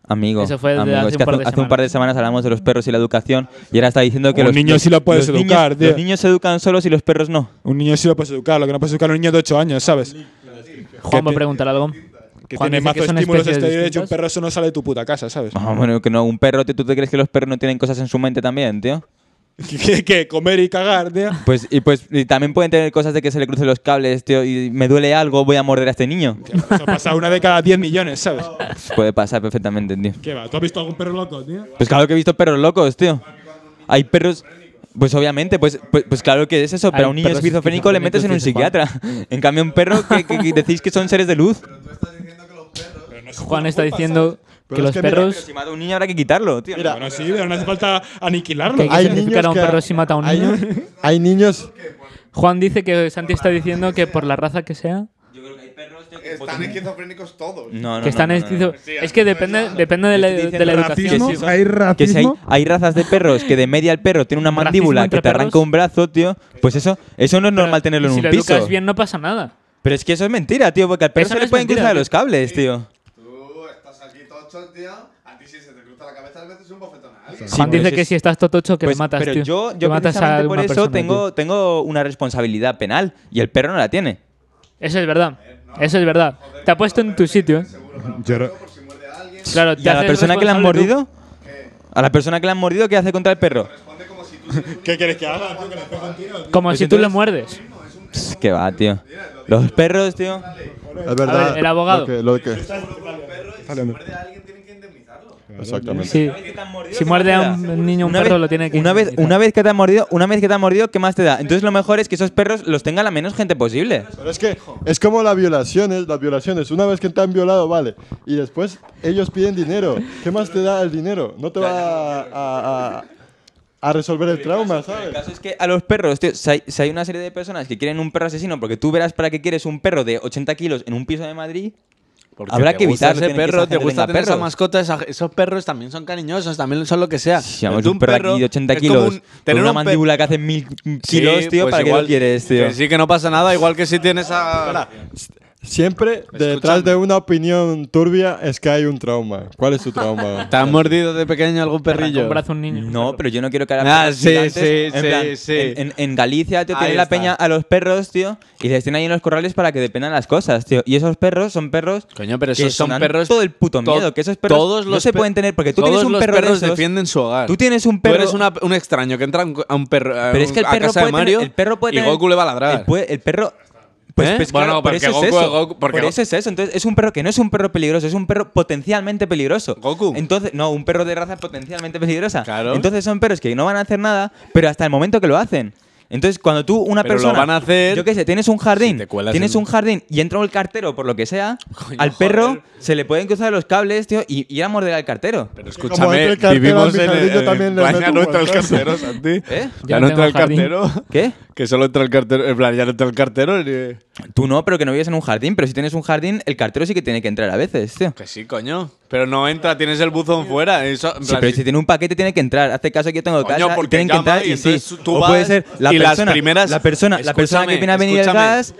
Speaker 2: Amigo,
Speaker 1: Eso fue de
Speaker 2: amigo,
Speaker 1: hace
Speaker 2: es
Speaker 1: un
Speaker 2: que
Speaker 1: par
Speaker 2: hace,
Speaker 1: de
Speaker 2: hace un par de semanas hablamos de los perros y la educación y ahora está diciendo que
Speaker 4: Un
Speaker 2: los
Speaker 4: niño
Speaker 2: los-
Speaker 4: sí lo puedes
Speaker 2: los niños-
Speaker 4: educar, tío.
Speaker 2: Los niños se educan solos y los perros no.
Speaker 4: Un niño sí lo puedes educar. Lo que no puedes educar a un niño de 8 años, ¿sabes?
Speaker 1: Juan va a
Speaker 4: te-
Speaker 1: preguntar algo.
Speaker 4: Que
Speaker 1: Juan
Speaker 4: tiene
Speaker 1: dice
Speaker 4: más
Speaker 1: que son
Speaker 4: estímulos
Speaker 1: especies
Speaker 4: exteriores y un
Speaker 1: distintas.
Speaker 4: perro eso no sale de tu puta casa, ¿sabes?
Speaker 2: Ah, bueno, que no, un perro, tío, ¿tú te crees que los perros no tienen cosas en su mente también, tío?
Speaker 4: que, que comer y cagar, tío.
Speaker 2: Pues, y pues y también pueden tener cosas de que se le crucen los cables, tío, y me duele algo, voy a morder a este niño.
Speaker 4: Eso pasa una de cada 10 millones, ¿sabes?
Speaker 2: Puede pasar perfectamente, tío.
Speaker 4: Ah, ¿Qué va? ¿Tú has visto algún perro loco, tío?
Speaker 2: Pues claro que he visto perros locos, tío. Hay perros. Pues obviamente, pues, pues, pues claro que es eso, pero a
Speaker 1: Hay
Speaker 2: un niño
Speaker 1: perros
Speaker 2: esquizofrénico le metes en un
Speaker 1: esquizofrénicos,
Speaker 2: psiquiatra. En cambio, un perro que, que- que decís que son seres de luz.
Speaker 1: Juan está diciendo
Speaker 3: Pero
Speaker 1: que
Speaker 3: es
Speaker 1: los
Speaker 3: que mira,
Speaker 1: perros.
Speaker 2: Pero si mata a un niño habrá que quitarlo, tío.
Speaker 3: Mira,
Speaker 4: Bueno, sí, pero no hace falta aniquilarlo.
Speaker 1: Que hay que
Speaker 3: Hay
Speaker 1: sacrificar
Speaker 3: niños
Speaker 1: a un
Speaker 3: que-
Speaker 1: perro si mata a un
Speaker 3: hay,
Speaker 1: niño.
Speaker 3: hay niños.
Speaker 1: Juan dice que Santi está diciendo que por la raza que sea,
Speaker 2: Yo creo que hay perros, tío,
Speaker 6: Están esquizofrénicos todos.
Speaker 2: No, no,
Speaker 1: que están
Speaker 2: no, no, no.
Speaker 1: esquizo- Es que depende, depende de, la,
Speaker 2: Yo estoy
Speaker 1: de la
Speaker 2: diciendo
Speaker 1: educación.
Speaker 2: racismo,
Speaker 1: sí.
Speaker 4: hay
Speaker 2: Que si hay,
Speaker 4: racismo.
Speaker 2: hay razas de perros que de media el perro tiene una
Speaker 1: Racismo
Speaker 2: mandíbula
Speaker 1: entre
Speaker 2: que te arranca
Speaker 1: perros.
Speaker 2: un brazo, tío. Pues eso, eso no es
Speaker 1: Pero
Speaker 2: normal tenerlo en
Speaker 1: si
Speaker 2: un
Speaker 1: lo
Speaker 2: piso.
Speaker 1: educas bien no pasa nada.
Speaker 2: Pero es que eso es mentira, tío, porque al perro
Speaker 1: Eso
Speaker 2: se
Speaker 1: no
Speaker 2: le
Speaker 1: es
Speaker 2: pueden
Speaker 1: mentira,
Speaker 2: cruzar
Speaker 1: tío.
Speaker 2: los cables, tío.
Speaker 6: Tú estás aquí tocho, tío. A ti si se te cruza la cabeza a veces un bofetón a alguien.
Speaker 2: Sí,
Speaker 1: Juan
Speaker 2: pero
Speaker 1: dice
Speaker 2: si
Speaker 1: que
Speaker 2: es-
Speaker 1: si estás totocho que
Speaker 2: Pues,
Speaker 1: le matas,
Speaker 2: pero
Speaker 1: tío.
Speaker 2: yo,
Speaker 1: Que
Speaker 2: yo
Speaker 1: matas a
Speaker 2: precisamente por
Speaker 1: alguna
Speaker 2: eso
Speaker 1: persona,
Speaker 2: tengo,
Speaker 1: tío.
Speaker 2: tengo una responsabilidad penal y el perro no la tiene.
Speaker 1: Eso es verdad. Eso es verdad. Te ha puesto en tu sitio. ¿eh? Claro,
Speaker 2: ¿Y
Speaker 1: te
Speaker 2: a la
Speaker 1: haces
Speaker 2: persona que le han
Speaker 1: responsable tú.
Speaker 2: mordido? ¿A la persona que le han mordido qué hace contra el perro?
Speaker 4: ¿Qué quieres que haga?
Speaker 1: Como
Speaker 2: Pues
Speaker 1: si tú le
Speaker 2: entonces-
Speaker 1: muerdes.
Speaker 2: Pss, Qué va, tío. Los perros, tío.
Speaker 3: Es verdad.
Speaker 1: ver, el abogado.
Speaker 3: Lo que, lo que- Exactamente.
Speaker 1: Sí.
Speaker 2: Pues
Speaker 1: Si muerde a un niño un
Speaker 2: Una
Speaker 1: perro
Speaker 2: vez-
Speaker 1: lo tiene que
Speaker 2: una vez,
Speaker 1: indemnizar.
Speaker 2: una vez que te han mordido, una vez que te han mordido, ¿qué más te da? Entonces lo mejor es que esos perros los tenga la menos gente posible.
Speaker 3: Pero es que es como las violaciones, las violaciones. Una vez que te han violado, vale. Y después ellos piden dinero. ¿Qué más te da el dinero? No te va a, a- a- a resolver el trauma,
Speaker 2: El
Speaker 3: ¿sabes?
Speaker 2: caso es que a los perros, tío, si hay, si hay una serie de personas que quieren un perro asesino porque tú verás para qué quieres un perro de 80 kilos en un piso de Madrid,
Speaker 7: Porque
Speaker 2: habrá
Speaker 7: te
Speaker 2: que
Speaker 7: gusta
Speaker 2: evitar
Speaker 7: ese perro, te gusta tener esa
Speaker 2: perros.
Speaker 7: mascota, esa- esos perros también son cariñosos, también son lo que sea.
Speaker 2: Sí, vamos,
Speaker 7: Tú
Speaker 2: un perro, aquí de 80
Speaker 7: es como
Speaker 2: kilos,
Speaker 7: un-
Speaker 2: tener una
Speaker 7: un per-
Speaker 2: mandíbula que hace mil
Speaker 7: Sí,
Speaker 2: kilos, tío,
Speaker 7: pues
Speaker 2: ¿para qué
Speaker 7: igual-
Speaker 2: lo quieres, tío?
Speaker 7: Que sí, que no pasa nada, igual que si tienes a...
Speaker 3: Siempre detrás de una opinión turbia es que hay un trauma. ¿Cuál es tu trauma?
Speaker 7: ¿Te han mordido de pequeño algún
Speaker 1: Arranca
Speaker 7: perrillo?
Speaker 1: un brazo a un niño.
Speaker 2: No, pero yo no quiero que
Speaker 7: Ah,
Speaker 2: haga perros
Speaker 7: sí,
Speaker 2: gigantes.
Speaker 7: sí,
Speaker 2: en
Speaker 7: sí,
Speaker 2: plan,
Speaker 7: sí.
Speaker 2: En, en- en Galicia, tío,
Speaker 7: Ahí
Speaker 2: tienen la
Speaker 7: está.
Speaker 2: peña a los perros, tío, y les tienen ahí en los corrales para que dependan las cosas, tío. Y esos perros son perros.
Speaker 7: Coño, pero
Speaker 2: que
Speaker 7: esos son
Speaker 2: se dan
Speaker 7: perros...
Speaker 2: Todo el puto
Speaker 7: to-
Speaker 2: miedo, que esos perros
Speaker 7: todos
Speaker 2: no
Speaker 7: los
Speaker 2: se
Speaker 7: pe-
Speaker 2: pueden tener. Porque tú
Speaker 7: todos
Speaker 2: tienes un
Speaker 7: los
Speaker 2: perro de
Speaker 7: perros
Speaker 2: esos,
Speaker 7: defienden su hogar.
Speaker 2: Tú tienes un perro.
Speaker 7: Tú eres una, un extraño que entra a un- a un perro a,
Speaker 2: Pero
Speaker 7: un-
Speaker 2: es que el
Speaker 7: a
Speaker 2: perro
Speaker 7: casa
Speaker 2: puede
Speaker 7: de Mario
Speaker 2: tener, el perro puede
Speaker 7: y
Speaker 2: tener-
Speaker 7: Goku le va a
Speaker 2: El,
Speaker 7: ladrar.
Speaker 2: pue- el perro. Pues,
Speaker 7: ¿Eh?
Speaker 2: pues,
Speaker 7: Bueno,
Speaker 2: claro,
Speaker 7: porque
Speaker 2: por eso es
Speaker 7: Goku-
Speaker 2: eso.
Speaker 7: Goku- porque
Speaker 2: por eso es eso. Entonces, es un perro que no es un perro peligroso, es un perro potencialmente peligroso.
Speaker 7: Goku.
Speaker 2: Entonces, no, un perro de raza potencialmente peligrosa.
Speaker 7: Claro.
Speaker 2: Entonces, son perros que no van a hacer nada, pero hasta el momento que lo hacen. Entonces, cuando tú, una
Speaker 7: Pero lo
Speaker 2: persona.
Speaker 7: van a hacer
Speaker 2: Yo qué sé, tienes un
Speaker 7: si
Speaker 2: jardín.
Speaker 7: te cuelas
Speaker 2: tienes
Speaker 7: en-
Speaker 2: un jardín y entra el cartero, por lo que sea.
Speaker 7: Coño,
Speaker 2: al perro
Speaker 7: joder.
Speaker 2: se le pueden cruzar los cables, tío, y y ir a morder al cartero.
Speaker 3: Como entre
Speaker 7: Pero escúchame,
Speaker 3: el cartero
Speaker 7: vivimos
Speaker 3: y mi
Speaker 7: en...
Speaker 3: jardín, yo
Speaker 7: en-
Speaker 3: también le
Speaker 7: Vaya,
Speaker 3: meto un
Speaker 7: no entra el
Speaker 3: guantazo.
Speaker 7: cartero, Santi.
Speaker 2: ¿Eh?
Speaker 1: Yo no
Speaker 7: Ya no entra el
Speaker 1: tengo jardín.
Speaker 7: cartero.
Speaker 2: ¿Qué?
Speaker 7: Que solo entra el cartero. En plan, ya no entra el cartero. ni-
Speaker 2: Tú no, pero que no vives en un jardín. Pero si tienes un jardín, el cartero sí que tiene que entrar a veces, tío.
Speaker 7: Que sí, coño. Pero no entra, tienes el buzón fuera. Eso, en
Speaker 2: Sí,
Speaker 7: plan,
Speaker 2: pero
Speaker 7: si-
Speaker 2: si tiene un paquete tiene que entrar. Hace caso que yo tengo
Speaker 7: Coño,
Speaker 2: casa y
Speaker 7: porque
Speaker 2: tienen que
Speaker 7: llama
Speaker 2: entrar
Speaker 7: y
Speaker 2: y sí.
Speaker 7: entonces tú
Speaker 2: O
Speaker 7: vas
Speaker 2: puede ser la
Speaker 7: y las
Speaker 2: persona,
Speaker 7: primeras-
Speaker 2: la persona, la persona que
Speaker 7: Escúchame,
Speaker 2: viene a venir el
Speaker 7: escúchame.
Speaker 2: gas.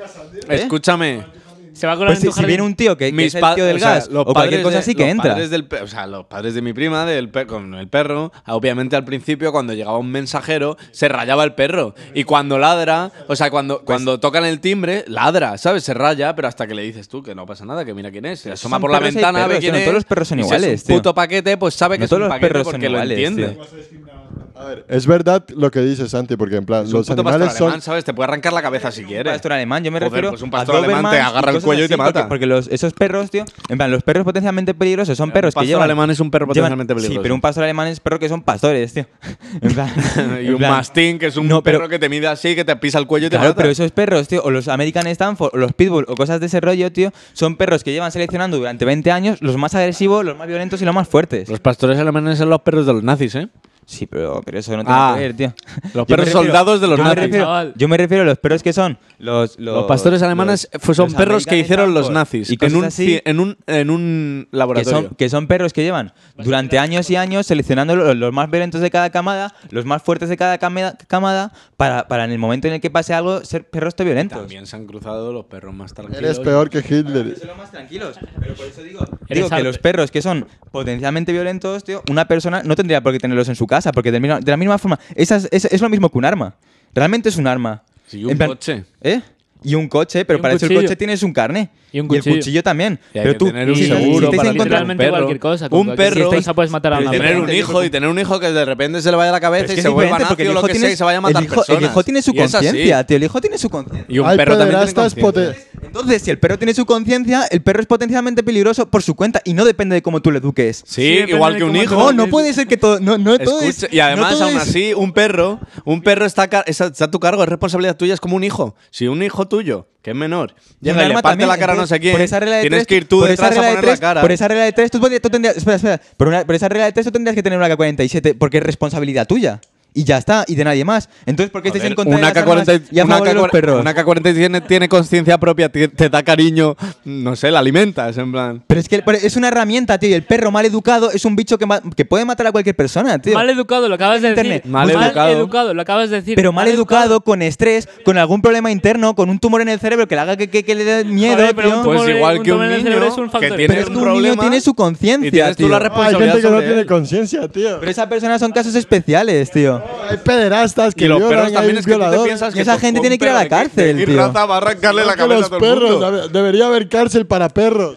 Speaker 2: ¿eh?
Speaker 7: Escúchame.
Speaker 1: Se va a colar
Speaker 2: Pues
Speaker 1: en tu
Speaker 2: si, si
Speaker 1: jardín.
Speaker 2: viene un tío que, que es el
Speaker 7: pa-
Speaker 2: tío del
Speaker 7: o sea,
Speaker 2: gas
Speaker 7: los
Speaker 2: o cualquier
Speaker 7: padres
Speaker 2: cosa
Speaker 7: de-
Speaker 2: sí que
Speaker 7: los
Speaker 2: entra.
Speaker 7: padres del pe- o sea, los padres de mi prima, del pe- con el perro, obviamente al principio cuando llegaba un mensajero se rayaba el perro y cuando ladra, o sea, cuando
Speaker 2: Pues
Speaker 7: cuando tocan el timbre ladra, ¿sabes? Se raya, pero hasta que le dices tú que no pasa nada, que mira quién es, se asoma
Speaker 2: son
Speaker 7: por la
Speaker 2: perros y hay
Speaker 7: ventana, ve
Speaker 2: perros, tío,
Speaker 7: quién
Speaker 2: no
Speaker 7: es,
Speaker 2: todos los perros son
Speaker 7: y si es un
Speaker 2: iguales, tío.
Speaker 7: puto paquete, pues sabe que
Speaker 2: No
Speaker 7: es un
Speaker 2: todos los
Speaker 7: paquete
Speaker 2: perros son
Speaker 7: porque
Speaker 2: iguales,
Speaker 7: lo entiende.
Speaker 2: tío.
Speaker 3: A ver, es verdad lo que dices, Santi, porque en plan,
Speaker 7: Es un
Speaker 3: los
Speaker 7: puto pastor
Speaker 3: animales son.
Speaker 7: alemán, ¿sabes? Te puede arrancar la cabeza si
Speaker 2: Eh, Un
Speaker 7: quieres.
Speaker 2: pastor alemán, yo me
Speaker 7: Joder,
Speaker 2: refiero
Speaker 7: pues un
Speaker 2: a
Speaker 7: pastor alemán te
Speaker 2: Dobermans
Speaker 7: agarra el
Speaker 2: cosas
Speaker 7: cuello y te
Speaker 2: así, porque-
Speaker 7: mata.
Speaker 2: Porque, los, esos perros, tío, en plan, los perros potencialmente peligrosos son perros
Speaker 7: pastor
Speaker 2: que llevan...
Speaker 7: alemán es un perro
Speaker 2: llevan-
Speaker 7: potencialmente peligroso.
Speaker 2: Sí, pero un pastor alemán es perro que son pastores, tío. En plan...
Speaker 7: y
Speaker 2: en
Speaker 7: un
Speaker 2: plan-
Speaker 7: mastín que es un
Speaker 2: No, pero-
Speaker 7: perro que te mide así, que te pisa el cuello y te
Speaker 2: Claro,
Speaker 7: mata.
Speaker 2: pero esos perros, tío, o los American Stanford, o los Pitbull, o cosas de ese rollo, tío, son perros que llevan seleccionando durante 20 años los más agresivos, los más violentos y los más fuertes.
Speaker 7: Los pastores alemanes son los perros de los nazis, ¿eh?
Speaker 2: Sí, pero, pero eso no tiene
Speaker 7: Ah.
Speaker 2: que ver, tío. Yo
Speaker 7: Los
Speaker 2: me
Speaker 7: perros
Speaker 2: refiero-
Speaker 7: soldados de los
Speaker 2: yo me
Speaker 7: nazis.
Speaker 2: refiero-
Speaker 1: Chaval.
Speaker 2: yo me refiero a los perros que son los... Los,
Speaker 7: Los pastores alemanes
Speaker 2: los-
Speaker 7: fu- son
Speaker 2: los
Speaker 7: perros que
Speaker 2: American
Speaker 7: hicieron los
Speaker 2: Stanford
Speaker 7: nazis
Speaker 2: Y
Speaker 7: en, un,
Speaker 2: cosas así.
Speaker 7: ci- en, un, en un
Speaker 2: que
Speaker 7: laboratorio.
Speaker 2: son, que son perros que llevan durante años y años seleccionando lo- los, más violentos de cada camada, los más fuertes de cada camada, camada para, para en el momento en el que pase algo ser perros tan violentos.
Speaker 7: También se han cruzado los perros más tranquilos.
Speaker 3: Eres peor que Hitler.
Speaker 2: Son los más tranquilos, pero por eso digo,
Speaker 1: Eres
Speaker 2: digo que
Speaker 1: arte.
Speaker 2: los perros que son potencialmente violentos, tío, una persona no tendría por qué tenerlos en su casa, porque de, mi- de la misma forma, esas- es, es lo mismo que un arma. Realmente es un arma.
Speaker 7: Sí, y un
Speaker 2: En
Speaker 7: coche.
Speaker 2: ¿Eh? Y un coche,
Speaker 1: Y
Speaker 2: pero
Speaker 1: un
Speaker 2: para eso el
Speaker 1: cuchillo.
Speaker 2: coche tienes un carne.
Speaker 1: Y un
Speaker 2: el
Speaker 1: cuchillo.
Speaker 2: cuchillo también.
Speaker 7: Y hay
Speaker 2: pero
Speaker 7: que
Speaker 2: tú,
Speaker 7: tener un
Speaker 2: si- si
Speaker 7: seguro
Speaker 2: estáis en
Speaker 7: para que
Speaker 2: contra-
Speaker 1: literalmente
Speaker 7: perro.
Speaker 1: cualquier cosa.
Speaker 7: Un
Speaker 1: con-
Speaker 7: perro-
Speaker 1: Si estáis a puedes matar a
Speaker 2: Pero
Speaker 1: una
Speaker 2: tiene
Speaker 7: Tener
Speaker 1: persona.
Speaker 7: un hijo y tener un hijo que de repente se le vaya la
Speaker 2: Pero
Speaker 7: cabeza
Speaker 2: es que
Speaker 7: y
Speaker 2: es
Speaker 7: se vuelva
Speaker 2: diferente,
Speaker 7: nazi o lo que sea y se vaya a matar
Speaker 2: el hijo, el
Speaker 7: personas.
Speaker 2: hijo tiene su
Speaker 7: Y es así.
Speaker 2: conciencia, tío. El hijo tiene su conciencia.
Speaker 7: Y un
Speaker 3: Hay
Speaker 7: perro también tiene
Speaker 3: pederastas
Speaker 7: conciencia.
Speaker 3: poten-
Speaker 2: Entonces, si el perro tiene su conciencia, el perro es potencialmente peligroso por su cuenta y no depende de cómo tú le eduques.
Speaker 1: Sí,
Speaker 7: Sí,
Speaker 1: depende
Speaker 7: igual
Speaker 1: de
Speaker 7: que un
Speaker 1: cómo te
Speaker 7: hijo.
Speaker 2: No, no puede ser que todo. No, no todo es-
Speaker 7: Escucha, y además,
Speaker 2: no todo
Speaker 7: aún
Speaker 2: es-
Speaker 7: así, un perro, un perro está, ca- está está a tu cargo, es responsabilidad tuya, es como un hijo. Si un hijo tuyo, que es menor,
Speaker 2: Y un
Speaker 7: llega y le
Speaker 2: arma
Speaker 7: parte
Speaker 2: también,
Speaker 7: la cara a no
Speaker 2: entonces,
Speaker 7: sé quién,
Speaker 2: por esa regla de
Speaker 7: tienes
Speaker 2: tres,
Speaker 7: que ir tú
Speaker 2: por esa
Speaker 7: detrás a
Speaker 2: regla de
Speaker 7: poner
Speaker 2: tres,
Speaker 7: la cara.
Speaker 2: Por esa regla de tres, tú, podrías- tú tendrías. Espera, espera. Por, una- por esa regla de tres, tú tendrías que tener una K-47 porque es responsabilidad tuya. Y ya está, y de nadie más. Entonces, ¿por qué estáis en contra
Speaker 7: una
Speaker 2: de las armas
Speaker 7: K-40
Speaker 2: y a
Speaker 7: una
Speaker 2: favor de los
Speaker 7: K-40
Speaker 2: perros?
Speaker 7: una K-40 tiene, tiene conciencia propia, ti- te, da cariño, no sé, la alimentas, en plan.
Speaker 2: Pero es que el- pero es una herramienta, tío. Y el perro mal educado es un bicho que, ma- que puede matar a cualquier persona, tío.
Speaker 1: Mal educado, lo acabas de
Speaker 2: Internet.
Speaker 1: decir.
Speaker 7: Mal educado.
Speaker 1: lo acabas de decir.
Speaker 2: pero mal educado, con estrés, con algún problema interno, con un tumor en el cerebro que le haga que, que- que le dé miedo,
Speaker 1: Joder, pero
Speaker 2: tío.
Speaker 1: un tumor-
Speaker 7: Pues igual que
Speaker 1: tumor
Speaker 7: un
Speaker 1: en el
Speaker 7: niño
Speaker 1: cerebro es un
Speaker 7: que
Speaker 1: factor.
Speaker 7: tiene
Speaker 2: Pero es
Speaker 7: un
Speaker 2: que un niño
Speaker 7: problema
Speaker 2: tiene su conciencia,
Speaker 7: y tienes tú
Speaker 2: tío.
Speaker 7: la
Speaker 2: Ah, hay
Speaker 3: Hay
Speaker 7: responsabilidad
Speaker 3: gente que no
Speaker 7: sobre
Speaker 3: tiene
Speaker 7: él.
Speaker 3: conciencia, tío.
Speaker 2: Pero esas personas son casos especiales, tío.
Speaker 3: Hay pederastas que
Speaker 7: Y los
Speaker 3: violan,
Speaker 7: perros
Speaker 3: hay
Speaker 7: también es que tú te
Speaker 3: violadores.
Speaker 7: piensas
Speaker 2: Y
Speaker 7: que
Speaker 2: esa
Speaker 7: son-
Speaker 2: gente
Speaker 7: un
Speaker 2: tiene que ir a
Speaker 7: perro
Speaker 2: la
Speaker 7: de Kid-
Speaker 2: cárcel,
Speaker 7: de Kid
Speaker 2: tío.
Speaker 7: Raza va a arrancarle la
Speaker 3: Que
Speaker 7: cabeza a
Speaker 3: los
Speaker 7: todo el
Speaker 3: perros,
Speaker 7: mundo.
Speaker 3: debe- debería haber cárcel para perros.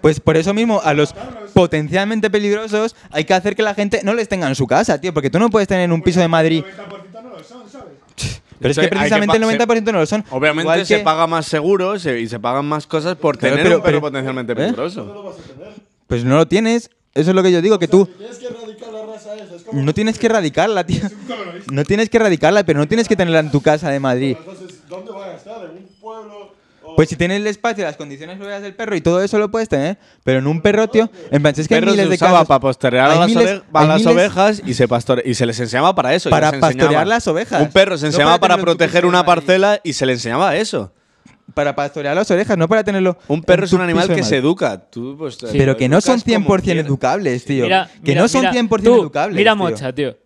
Speaker 2: Pues por eso mismo, a los potencialmente peligrosos hay que hacer que la gente no les tenga en su casa, tío. Porque tú no puedes tener un piso de Madrid. Pero es que
Speaker 7: hecho, hay que
Speaker 2: precisamente
Speaker 7: pa-
Speaker 2: el 90% no lo son.
Speaker 7: Obviamente
Speaker 2: Igual
Speaker 7: se
Speaker 2: que-
Speaker 7: paga más seguro se- y se pagan más cosas por
Speaker 2: Claro,
Speaker 7: tener
Speaker 2: pero-
Speaker 7: un perro
Speaker 2: pero-
Speaker 7: potencialmente
Speaker 2: ¿eh?
Speaker 7: peligroso.
Speaker 2: Pues no lo tienes. Eso es lo que yo digo, que tú
Speaker 3: Tienes que erradicar la raza esa. Es como
Speaker 2: no tienes que erradicarla, tío. No tienes que erradicarla, pero no tienes que tenerla en tu casa de Madrid.
Speaker 3: entonces, ¿dónde van a estar? ¿En un pueblo? O-
Speaker 2: Pues si tienes el espacio, las condiciones rodeadas del perro y todo eso lo puedes tener, pero en un perro, tío, en plan, si es que hay
Speaker 7: Perros se
Speaker 2: miles de
Speaker 7: usaba
Speaker 2: casos.
Speaker 7: para pastorear a
Speaker 2: Hay
Speaker 7: las,
Speaker 2: miles-
Speaker 7: ove- a
Speaker 2: hay
Speaker 7: las
Speaker 2: miles-
Speaker 7: ovejas y se, pastore- y se les enseñaba para eso. y
Speaker 2: Para
Speaker 7: les enseñaban.
Speaker 2: pastorear las ovejas.
Speaker 7: Un perro se
Speaker 2: No
Speaker 7: enseñaba
Speaker 2: para
Speaker 7: para,
Speaker 2: tenerlo en tu
Speaker 7: proteger
Speaker 2: piso de
Speaker 7: una
Speaker 2: Madrid.
Speaker 7: parcela y se le enseñaba eso.
Speaker 2: Para pastorear las orejas, no para tenerlo.
Speaker 7: Un
Speaker 2: en
Speaker 7: perro es
Speaker 2: tu
Speaker 7: un animal
Speaker 2: piso de
Speaker 7: que se
Speaker 2: Madrid.
Speaker 7: educa. Tú, pues, te
Speaker 2: Pero que no son
Speaker 7: educas como
Speaker 2: 100%
Speaker 7: quieras.
Speaker 2: educables, tío.
Speaker 1: Mira,
Speaker 2: que
Speaker 1: mira,
Speaker 2: no son
Speaker 1: mira,
Speaker 2: 100%
Speaker 1: tú,
Speaker 2: educables.
Speaker 1: Mira
Speaker 2: tío.
Speaker 1: Mocha, tío.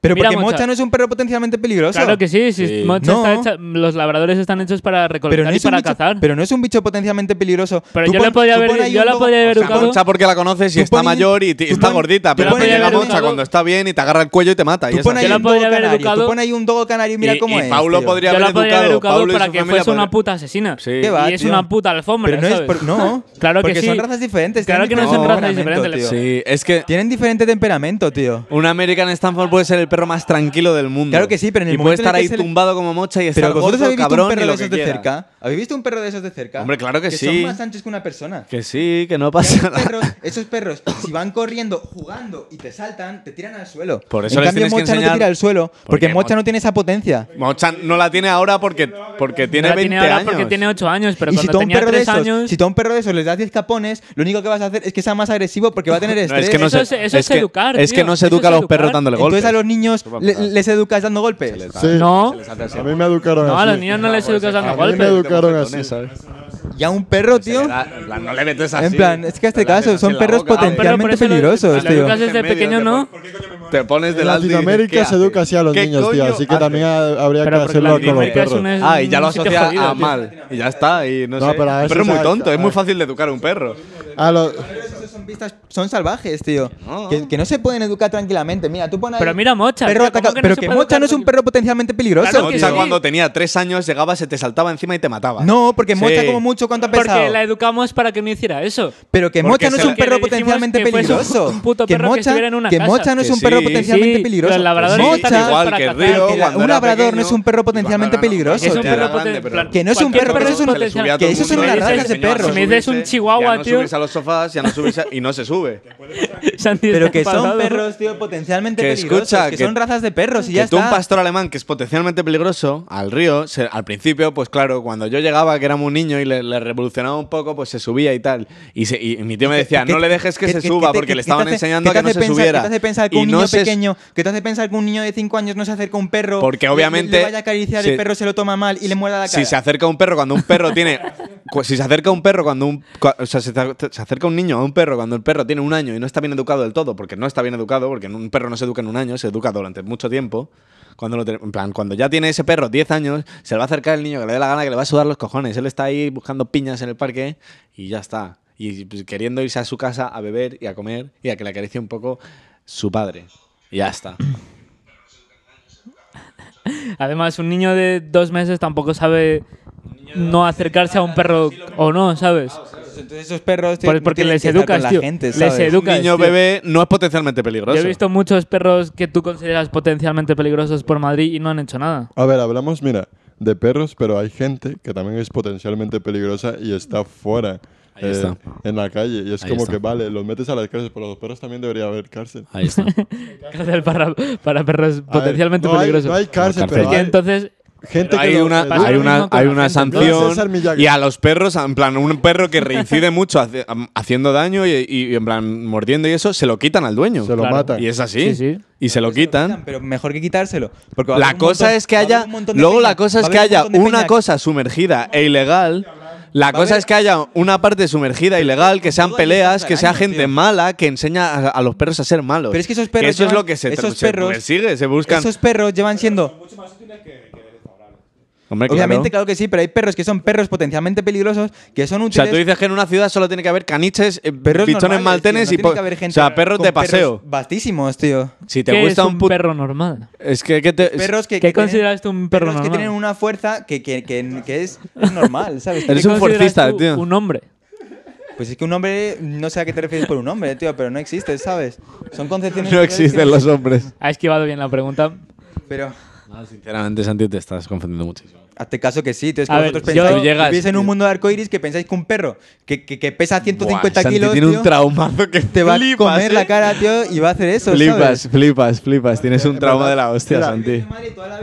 Speaker 2: Pero
Speaker 1: Mira
Speaker 2: porque
Speaker 1: Mocha.
Speaker 2: Mocha no es un perro potencialmente peligroso.
Speaker 1: Claro que sí, si
Speaker 7: Sí.
Speaker 1: Mocha está
Speaker 2: No.
Speaker 1: hecha- los labradores están hechos para recolectar
Speaker 2: Pero no,
Speaker 1: y
Speaker 2: es un
Speaker 1: para
Speaker 2: bicho,
Speaker 1: cazar.
Speaker 2: pero no es un bicho potencialmente peligroso.
Speaker 1: Pero
Speaker 2: Tú
Speaker 1: yo la podría
Speaker 2: tú
Speaker 1: haber-
Speaker 2: ahí
Speaker 1: yo
Speaker 2: un
Speaker 1: la
Speaker 2: lobo-
Speaker 1: podría haber
Speaker 2: o sea,
Speaker 7: La
Speaker 1: educado.
Speaker 7: Mocha porque la conoces y
Speaker 2: Tú
Speaker 7: está
Speaker 2: pones-
Speaker 7: mayor y, ti-
Speaker 2: tú
Speaker 7: está
Speaker 2: pon-
Speaker 7: gordita,
Speaker 2: tú
Speaker 7: pero te
Speaker 1: pones-
Speaker 7: llega
Speaker 1: yo la
Speaker 7: Mocha
Speaker 1: educado-
Speaker 7: cuando está bien y te agarra el cuello y te mata. y
Speaker 2: Tú
Speaker 7: es
Speaker 2: pon
Speaker 7: así.
Speaker 2: ahí
Speaker 1: la
Speaker 2: un
Speaker 1: podría
Speaker 2: dogo
Speaker 1: haber
Speaker 2: canario. Tú
Speaker 1: educado.
Speaker 2: pon ahí un dogo canario y mira
Speaker 7: Y-
Speaker 2: cómo
Speaker 7: y
Speaker 2: es.
Speaker 7: Paulo
Speaker 2: tío.
Speaker 7: podría
Speaker 1: Yo la
Speaker 7: haber
Speaker 1: podría haber
Speaker 7: educado.
Speaker 1: educado
Speaker 7: Pablo y
Speaker 1: para
Speaker 7: su
Speaker 1: que
Speaker 7: familia
Speaker 1: fuese una
Speaker 7: podría-
Speaker 1: puta asesina.
Speaker 7: Sí.
Speaker 2: ¿Qué va,
Speaker 1: y es
Speaker 2: tío?
Speaker 1: una puta alfombra,
Speaker 2: Pero no es
Speaker 1: ¿sabes?
Speaker 2: por- no,
Speaker 1: claro que
Speaker 2: porque
Speaker 1: sí.
Speaker 2: son razas diferentes,
Speaker 1: Claro que
Speaker 2: tienen
Speaker 1: no son
Speaker 2: diferente
Speaker 1: razas
Speaker 2: temperamento,
Speaker 1: diferentes.
Speaker 2: tío.
Speaker 7: Sí, es que
Speaker 2: Tienen diferente temperamento, tío.
Speaker 7: un American Stanford puede ser el perro más tranquilo del mundo.
Speaker 2: Claro que sí, pero en el
Speaker 7: Y puede
Speaker 2: momento en
Speaker 7: estar
Speaker 2: el
Speaker 7: ahí
Speaker 2: que se le-
Speaker 7: tumbado como mocha y estar
Speaker 2: Pero vosotros
Speaker 7: gordo,
Speaker 2: habéis visto un
Speaker 7: cabrón y
Speaker 2: perro de
Speaker 7: lo que
Speaker 2: esos de
Speaker 7: quiera.
Speaker 2: cerca. ¿Habéis visto un perro de esos de cerca?
Speaker 7: Hombre, claro que
Speaker 2: son
Speaker 7: sí.
Speaker 2: más anchos que una persona.
Speaker 7: Que sí, que no
Speaker 2: Y esos
Speaker 7: pasa nada.
Speaker 2: perros, esos perros, si van corriendo, jugando y te saltan, te tiran al suelo.
Speaker 7: Por
Speaker 2: en
Speaker 7: eso les
Speaker 2: cambio,
Speaker 7: tienes
Speaker 2: Mocha
Speaker 7: que
Speaker 2: no te
Speaker 7: enseñar-
Speaker 2: tira al suelo, porque
Speaker 7: Porque
Speaker 2: Mocha
Speaker 7: Mo-
Speaker 2: no tiene esa potencia.
Speaker 7: Mocha no la tiene ahora porque, porque tiene
Speaker 1: Ahora
Speaker 7: 20
Speaker 1: tiene ahora
Speaker 7: años.
Speaker 1: porque tiene 8 años, pero
Speaker 2: y si tú
Speaker 1: cuando
Speaker 2: a un
Speaker 1: tenía
Speaker 2: perro de
Speaker 1: 3
Speaker 2: esos,
Speaker 1: años...
Speaker 2: si tú a un perro de esos les das 10 capones, lo único que vas a hacer es que sea más agresivo porque va a tener
Speaker 7: No,
Speaker 2: estrés.
Speaker 7: es que no
Speaker 1: Eso
Speaker 7: se,
Speaker 1: es- eso es
Speaker 7: que-
Speaker 1: educar,
Speaker 7: Es que
Speaker 1: tío.
Speaker 7: no
Speaker 1: Eso
Speaker 7: se
Speaker 1: es
Speaker 7: educa a los
Speaker 1: educar.
Speaker 7: perros dándole golpes.
Speaker 2: Entonces a los niños
Speaker 7: Eso va Pues a
Speaker 2: le-
Speaker 7: pasar.
Speaker 2: les educas dando golpes.
Speaker 3: Sí,
Speaker 1: Ah, No,
Speaker 3: A mí me educaron
Speaker 1: no,
Speaker 3: así.
Speaker 1: a los niños no les educas dando
Speaker 3: A mí me
Speaker 1: golpes.
Speaker 3: educaron así.
Speaker 2: Y a un perro, tío.
Speaker 7: no le metes así.
Speaker 2: En plan, es que este caso son perros
Speaker 1: pero
Speaker 7: Ah,
Speaker 1: por
Speaker 2: potencialmente
Speaker 1: eso lo-
Speaker 2: peligrosos,
Speaker 1: lo
Speaker 2: tío.
Speaker 1: educas desde pequeño, ¿no?
Speaker 7: Te pones
Speaker 3: En
Speaker 7: delante y dices, ¿qué
Speaker 3: Latinoamérica se
Speaker 7: haces?
Speaker 3: educa así a los
Speaker 7: ¿Qué
Speaker 3: niños, tío.
Speaker 7: coño
Speaker 3: Así que
Speaker 7: haces?
Speaker 3: también ha- habría que
Speaker 1: Pero porque
Speaker 3: hacerlo con los
Speaker 1: Latinoamérica es
Speaker 3: perros.
Speaker 1: un, es
Speaker 7: Ah, y ya lo
Speaker 1: un sitio
Speaker 7: asocia
Speaker 1: jodido,
Speaker 7: a
Speaker 1: tío.
Speaker 7: mal. Y ya está. Y no,
Speaker 3: No,
Speaker 7: sé.
Speaker 3: pero a
Speaker 7: El perro
Speaker 3: veces
Speaker 7: es muy
Speaker 3: hay-
Speaker 7: tonto. Es muy fácil de educar a un perro.
Speaker 3: A los-
Speaker 2: Esos son vistas- son salvajes, tío.
Speaker 7: No.
Speaker 2: Que, que no se pueden educar tranquilamente. Mira, tú pones.
Speaker 1: Pero mira Mocha, tío,
Speaker 2: Perro
Speaker 1: ¿cómo
Speaker 2: ataca-
Speaker 1: que no
Speaker 2: pero
Speaker 1: se
Speaker 2: que
Speaker 1: puede
Speaker 2: Mocha no es
Speaker 1: educar
Speaker 2: un perro potencialmente peligroso.
Speaker 1: Claro que
Speaker 7: Mocha
Speaker 1: sí.
Speaker 7: cuando tenía tres años llegaba, se te saltaba encima y te mataba.
Speaker 2: No, porque Mocha
Speaker 7: Sí.
Speaker 2: como mucho cuánto ha
Speaker 1: Porque
Speaker 2: pesado.
Speaker 1: la educamos para que no hiciera eso.
Speaker 2: Pero que
Speaker 7: Porque
Speaker 2: Mocha no
Speaker 7: se
Speaker 2: es un
Speaker 7: la-
Speaker 2: perro
Speaker 1: que le dijimos
Speaker 2: potencialmente
Speaker 1: que fuese un-
Speaker 2: peligroso.
Speaker 1: un puto perro que estuviera en una
Speaker 2: que
Speaker 1: casa.
Speaker 2: Mocha no es
Speaker 7: Que
Speaker 2: un perro
Speaker 7: sí.
Speaker 2: potencialmente
Speaker 1: Sí,
Speaker 2: peligroso.
Speaker 1: los labradores
Speaker 2: Mocha,
Speaker 1: están hechos
Speaker 7: igual
Speaker 1: para
Speaker 7: que
Speaker 1: cazar.
Speaker 7: Río,
Speaker 2: que la-
Speaker 7: cuando
Speaker 2: un
Speaker 7: era
Speaker 2: labrador
Speaker 7: pequeño,
Speaker 2: no es un perro
Speaker 7: y cuando
Speaker 2: potencialmente
Speaker 7: era grande,
Speaker 2: peligroso,
Speaker 1: Es un
Speaker 7: ya
Speaker 1: perro
Speaker 7: era grande,
Speaker 1: poten-
Speaker 7: pero-
Speaker 1: plan-
Speaker 2: Que no es un
Speaker 1: cualquier
Speaker 2: perro,
Speaker 1: perro
Speaker 2: eso
Speaker 1: es
Speaker 2: es un-
Speaker 1: potencial.
Speaker 2: que eso es una
Speaker 1: Me dices-
Speaker 2: raza de perro.
Speaker 1: Si me dices un
Speaker 7: ya
Speaker 1: chihuahua,
Speaker 7: no
Speaker 1: tío,
Speaker 7: subirse a los sofás, ya no subirse a- y no se sube.
Speaker 1: Santi
Speaker 2: Pero
Speaker 1: está
Speaker 2: que son
Speaker 1: enfadado.
Speaker 2: perros, tío, potencialmente
Speaker 7: Que
Speaker 2: peligrosos.
Speaker 7: escucha,
Speaker 2: que,
Speaker 7: que-
Speaker 2: son razas de perros y
Speaker 7: que
Speaker 2: ya
Speaker 7: tú un
Speaker 2: está.
Speaker 7: pastor alemán que es potencialmente peligroso al río, se- al principio, pues claro, cuando yo llegaba, que era un niño y le, le revolucionaba un poco, pues se subía y tal. Y, se- y mi tío me decía,
Speaker 2: ¿Qué-
Speaker 7: no le dejes que
Speaker 2: qué-
Speaker 7: se
Speaker 2: qué-
Speaker 7: suba
Speaker 2: qué te-
Speaker 7: porque
Speaker 2: qué-
Speaker 7: le
Speaker 2: qué
Speaker 7: estaban
Speaker 2: te hace-
Speaker 7: enseñando
Speaker 2: qué te
Speaker 7: a que no
Speaker 2: hace
Speaker 7: se
Speaker 2: pensar-
Speaker 7: subiera.
Speaker 2: ¿Qué te hace pensar que
Speaker 7: Y
Speaker 2: un
Speaker 7: no
Speaker 2: niño
Speaker 7: se-
Speaker 2: pequeño, que te hace pensar que un niño de 5 años no se acerca a un perro,
Speaker 7: Porque
Speaker 2: le- le-
Speaker 7: obviamente,
Speaker 2: le vaya a acariciar, el
Speaker 7: si-
Speaker 2: perro se lo toma mal y le muerda la cara?
Speaker 7: Si se acerca un perro cuando un perro tiene. cu- Si se acerca un perro cuando un. cua- O sea, se, ac- se acerca un niño a un perro cuando el perro tiene un año y no está bien educado del todo, porque no está bien educado, porque un perro no se educa en un año, se educa durante mucho tiempo. Cuando, lo te- en plan, cuando ya tiene ese perro 10 años, se le va a acercar el niño que le dé la gana, que le va a sudar los cojones. Él está ahí buscando piñas en el parque y ya está. Y pues, queriendo irse a su casa a beber y a comer y a que le acaricie un poco su padre. Y ya está.
Speaker 1: Además, un niño de dos meses tampoco sabe no acercarse a un perro o no, ¿sabes?
Speaker 2: Entonces esos perros tío,
Speaker 1: Por-
Speaker 2: no
Speaker 1: porque
Speaker 2: tienen
Speaker 1: les
Speaker 2: que estar
Speaker 1: educas,
Speaker 2: con la
Speaker 1: tío.
Speaker 2: gente,
Speaker 1: Les
Speaker 2: ¿sabes?
Speaker 1: edu-
Speaker 7: Un
Speaker 1: Educa,
Speaker 7: niño
Speaker 1: tío.
Speaker 7: bebé no es potencialmente peligroso.
Speaker 1: Yo he visto muchos perros que tú consideras potencialmente peligrosos por Madrid y no han hecho nada.
Speaker 3: A ver, hablamos, mira, de perros, pero hay gente que también es potencialmente peligrosa y está fuera. eh,
Speaker 7: Ahí está.
Speaker 3: En la calle. Y es
Speaker 7: Ahí
Speaker 3: como
Speaker 7: está.
Speaker 3: que, vale, los metes a la cárcel, pero los perros también debería haber cárcel.
Speaker 7: Ahí está.
Speaker 1: Cárcel para, para perros
Speaker 3: A ver,
Speaker 1: potencialmente
Speaker 3: no hay-
Speaker 1: peligrosos.
Speaker 3: no hay cárcel,
Speaker 7: cárcel.
Speaker 1: Es
Speaker 3: pero
Speaker 1: que
Speaker 3: hay
Speaker 1: entonces,
Speaker 3: gente que
Speaker 7: hay
Speaker 3: lo-
Speaker 7: una,
Speaker 3: eh,
Speaker 1: pasa
Speaker 7: hay
Speaker 1: lo
Speaker 7: una,
Speaker 1: mismo con
Speaker 7: hay
Speaker 1: la
Speaker 7: una
Speaker 1: gente.
Speaker 3: No, César
Speaker 7: sanción
Speaker 3: Miyagi.
Speaker 7: y a los perros, en plan, un perro que reincide mucho hace- am- haciendo daño y, y, en plan mordiendo y eso, se lo quitan al dueño.
Speaker 3: se lo
Speaker 1: Claro.
Speaker 3: matan.
Speaker 7: Y es así.
Speaker 1: Sí, sí.
Speaker 7: Y se lo quitan.
Speaker 2: Pero mejor que quitárselo. Porque va a
Speaker 7: La
Speaker 2: haber un
Speaker 7: cosa
Speaker 2: montón-
Speaker 7: es que
Speaker 2: va a haber
Speaker 7: haya.
Speaker 2: un montón de
Speaker 7: Luego
Speaker 2: peña-
Speaker 7: la cosa es
Speaker 2: va a
Speaker 7: que
Speaker 2: haber un
Speaker 7: haya
Speaker 2: montón de
Speaker 7: una
Speaker 2: peña-
Speaker 7: cosa sumergida e ilegal. La
Speaker 2: haber-
Speaker 7: cosa es que haya una parte sumergida ilegal, que sean
Speaker 2: todo ahí
Speaker 7: peleas,
Speaker 2: está
Speaker 7: que sea
Speaker 2: daño,
Speaker 7: gente
Speaker 2: tío.
Speaker 7: mala, que enseña a, a los perros a ser malos.
Speaker 2: Pero es que esos perros
Speaker 7: eso es
Speaker 2: llevan-
Speaker 7: lo que se, tra-
Speaker 2: esos
Speaker 7: se
Speaker 2: perros-
Speaker 7: persigue, se buscan.
Speaker 2: Esos perros llevan siendo
Speaker 7: Hombre, claro.
Speaker 2: Obviamente, claro que sí, pero hay perros que son perros potencialmente peligrosos que son
Speaker 7: O sea,
Speaker 2: útiles.
Speaker 7: tú dices que en una ciudad solo tiene que haber caniches, eh,
Speaker 2: perros
Speaker 7: pichones
Speaker 2: normales, tío,
Speaker 7: maltenes
Speaker 2: no
Speaker 7: y
Speaker 2: tiene
Speaker 7: po-
Speaker 2: que haber gente
Speaker 7: o sea, perros
Speaker 2: con
Speaker 7: de paseo.
Speaker 2: vastísimos, tío.
Speaker 7: Si
Speaker 1: ¿qué
Speaker 7: te gusta
Speaker 1: es
Speaker 7: un,
Speaker 1: un
Speaker 7: put-
Speaker 1: perro normal?
Speaker 7: es que, que te-
Speaker 2: Perros que,
Speaker 1: ¿Qué
Speaker 2: que tienen-
Speaker 1: consideras tú un perro
Speaker 2: perros que
Speaker 1: normal?
Speaker 2: tienen una fuerza que, que, que, que es normal, ¿sabes?
Speaker 7: Eres
Speaker 1: ¿Qué
Speaker 7: un
Speaker 1: consideras
Speaker 7: forcista,
Speaker 1: tú
Speaker 7: tío.
Speaker 1: Un hombre.
Speaker 2: Pues es que un hombre, no sé a qué te refieres por un hombre, tío, pero no existe, ¿sabes? Son concepciones.
Speaker 7: no existen los hombres.
Speaker 1: Ha esquivado bien la pregunta.
Speaker 2: Pero.
Speaker 7: Sinceramente, Santi, te estás confundiendo muchísimo.
Speaker 2: Hazte caso que sí, entonces que
Speaker 1: A ver,
Speaker 2: vosotros
Speaker 1: yo-
Speaker 2: pensáis,
Speaker 1: Tú
Speaker 7: llegas-
Speaker 2: vivís en un mundo de arcoiris que pensáis que un perro que, que- que pesa 150
Speaker 7: Buah,
Speaker 2: kilos
Speaker 7: Santi tiene
Speaker 2: tío,
Speaker 7: un traumazo que
Speaker 2: te va
Speaker 7: flipas,
Speaker 2: a comer
Speaker 7: ¿eh?
Speaker 2: la cara, tío, y va a hacer eso,
Speaker 7: Flipas,
Speaker 2: ¿sabes?
Speaker 7: flipas, flipas. Tienes un trauma
Speaker 3: verdad.
Speaker 7: de la hostia,
Speaker 3: Mira,
Speaker 7: Santi.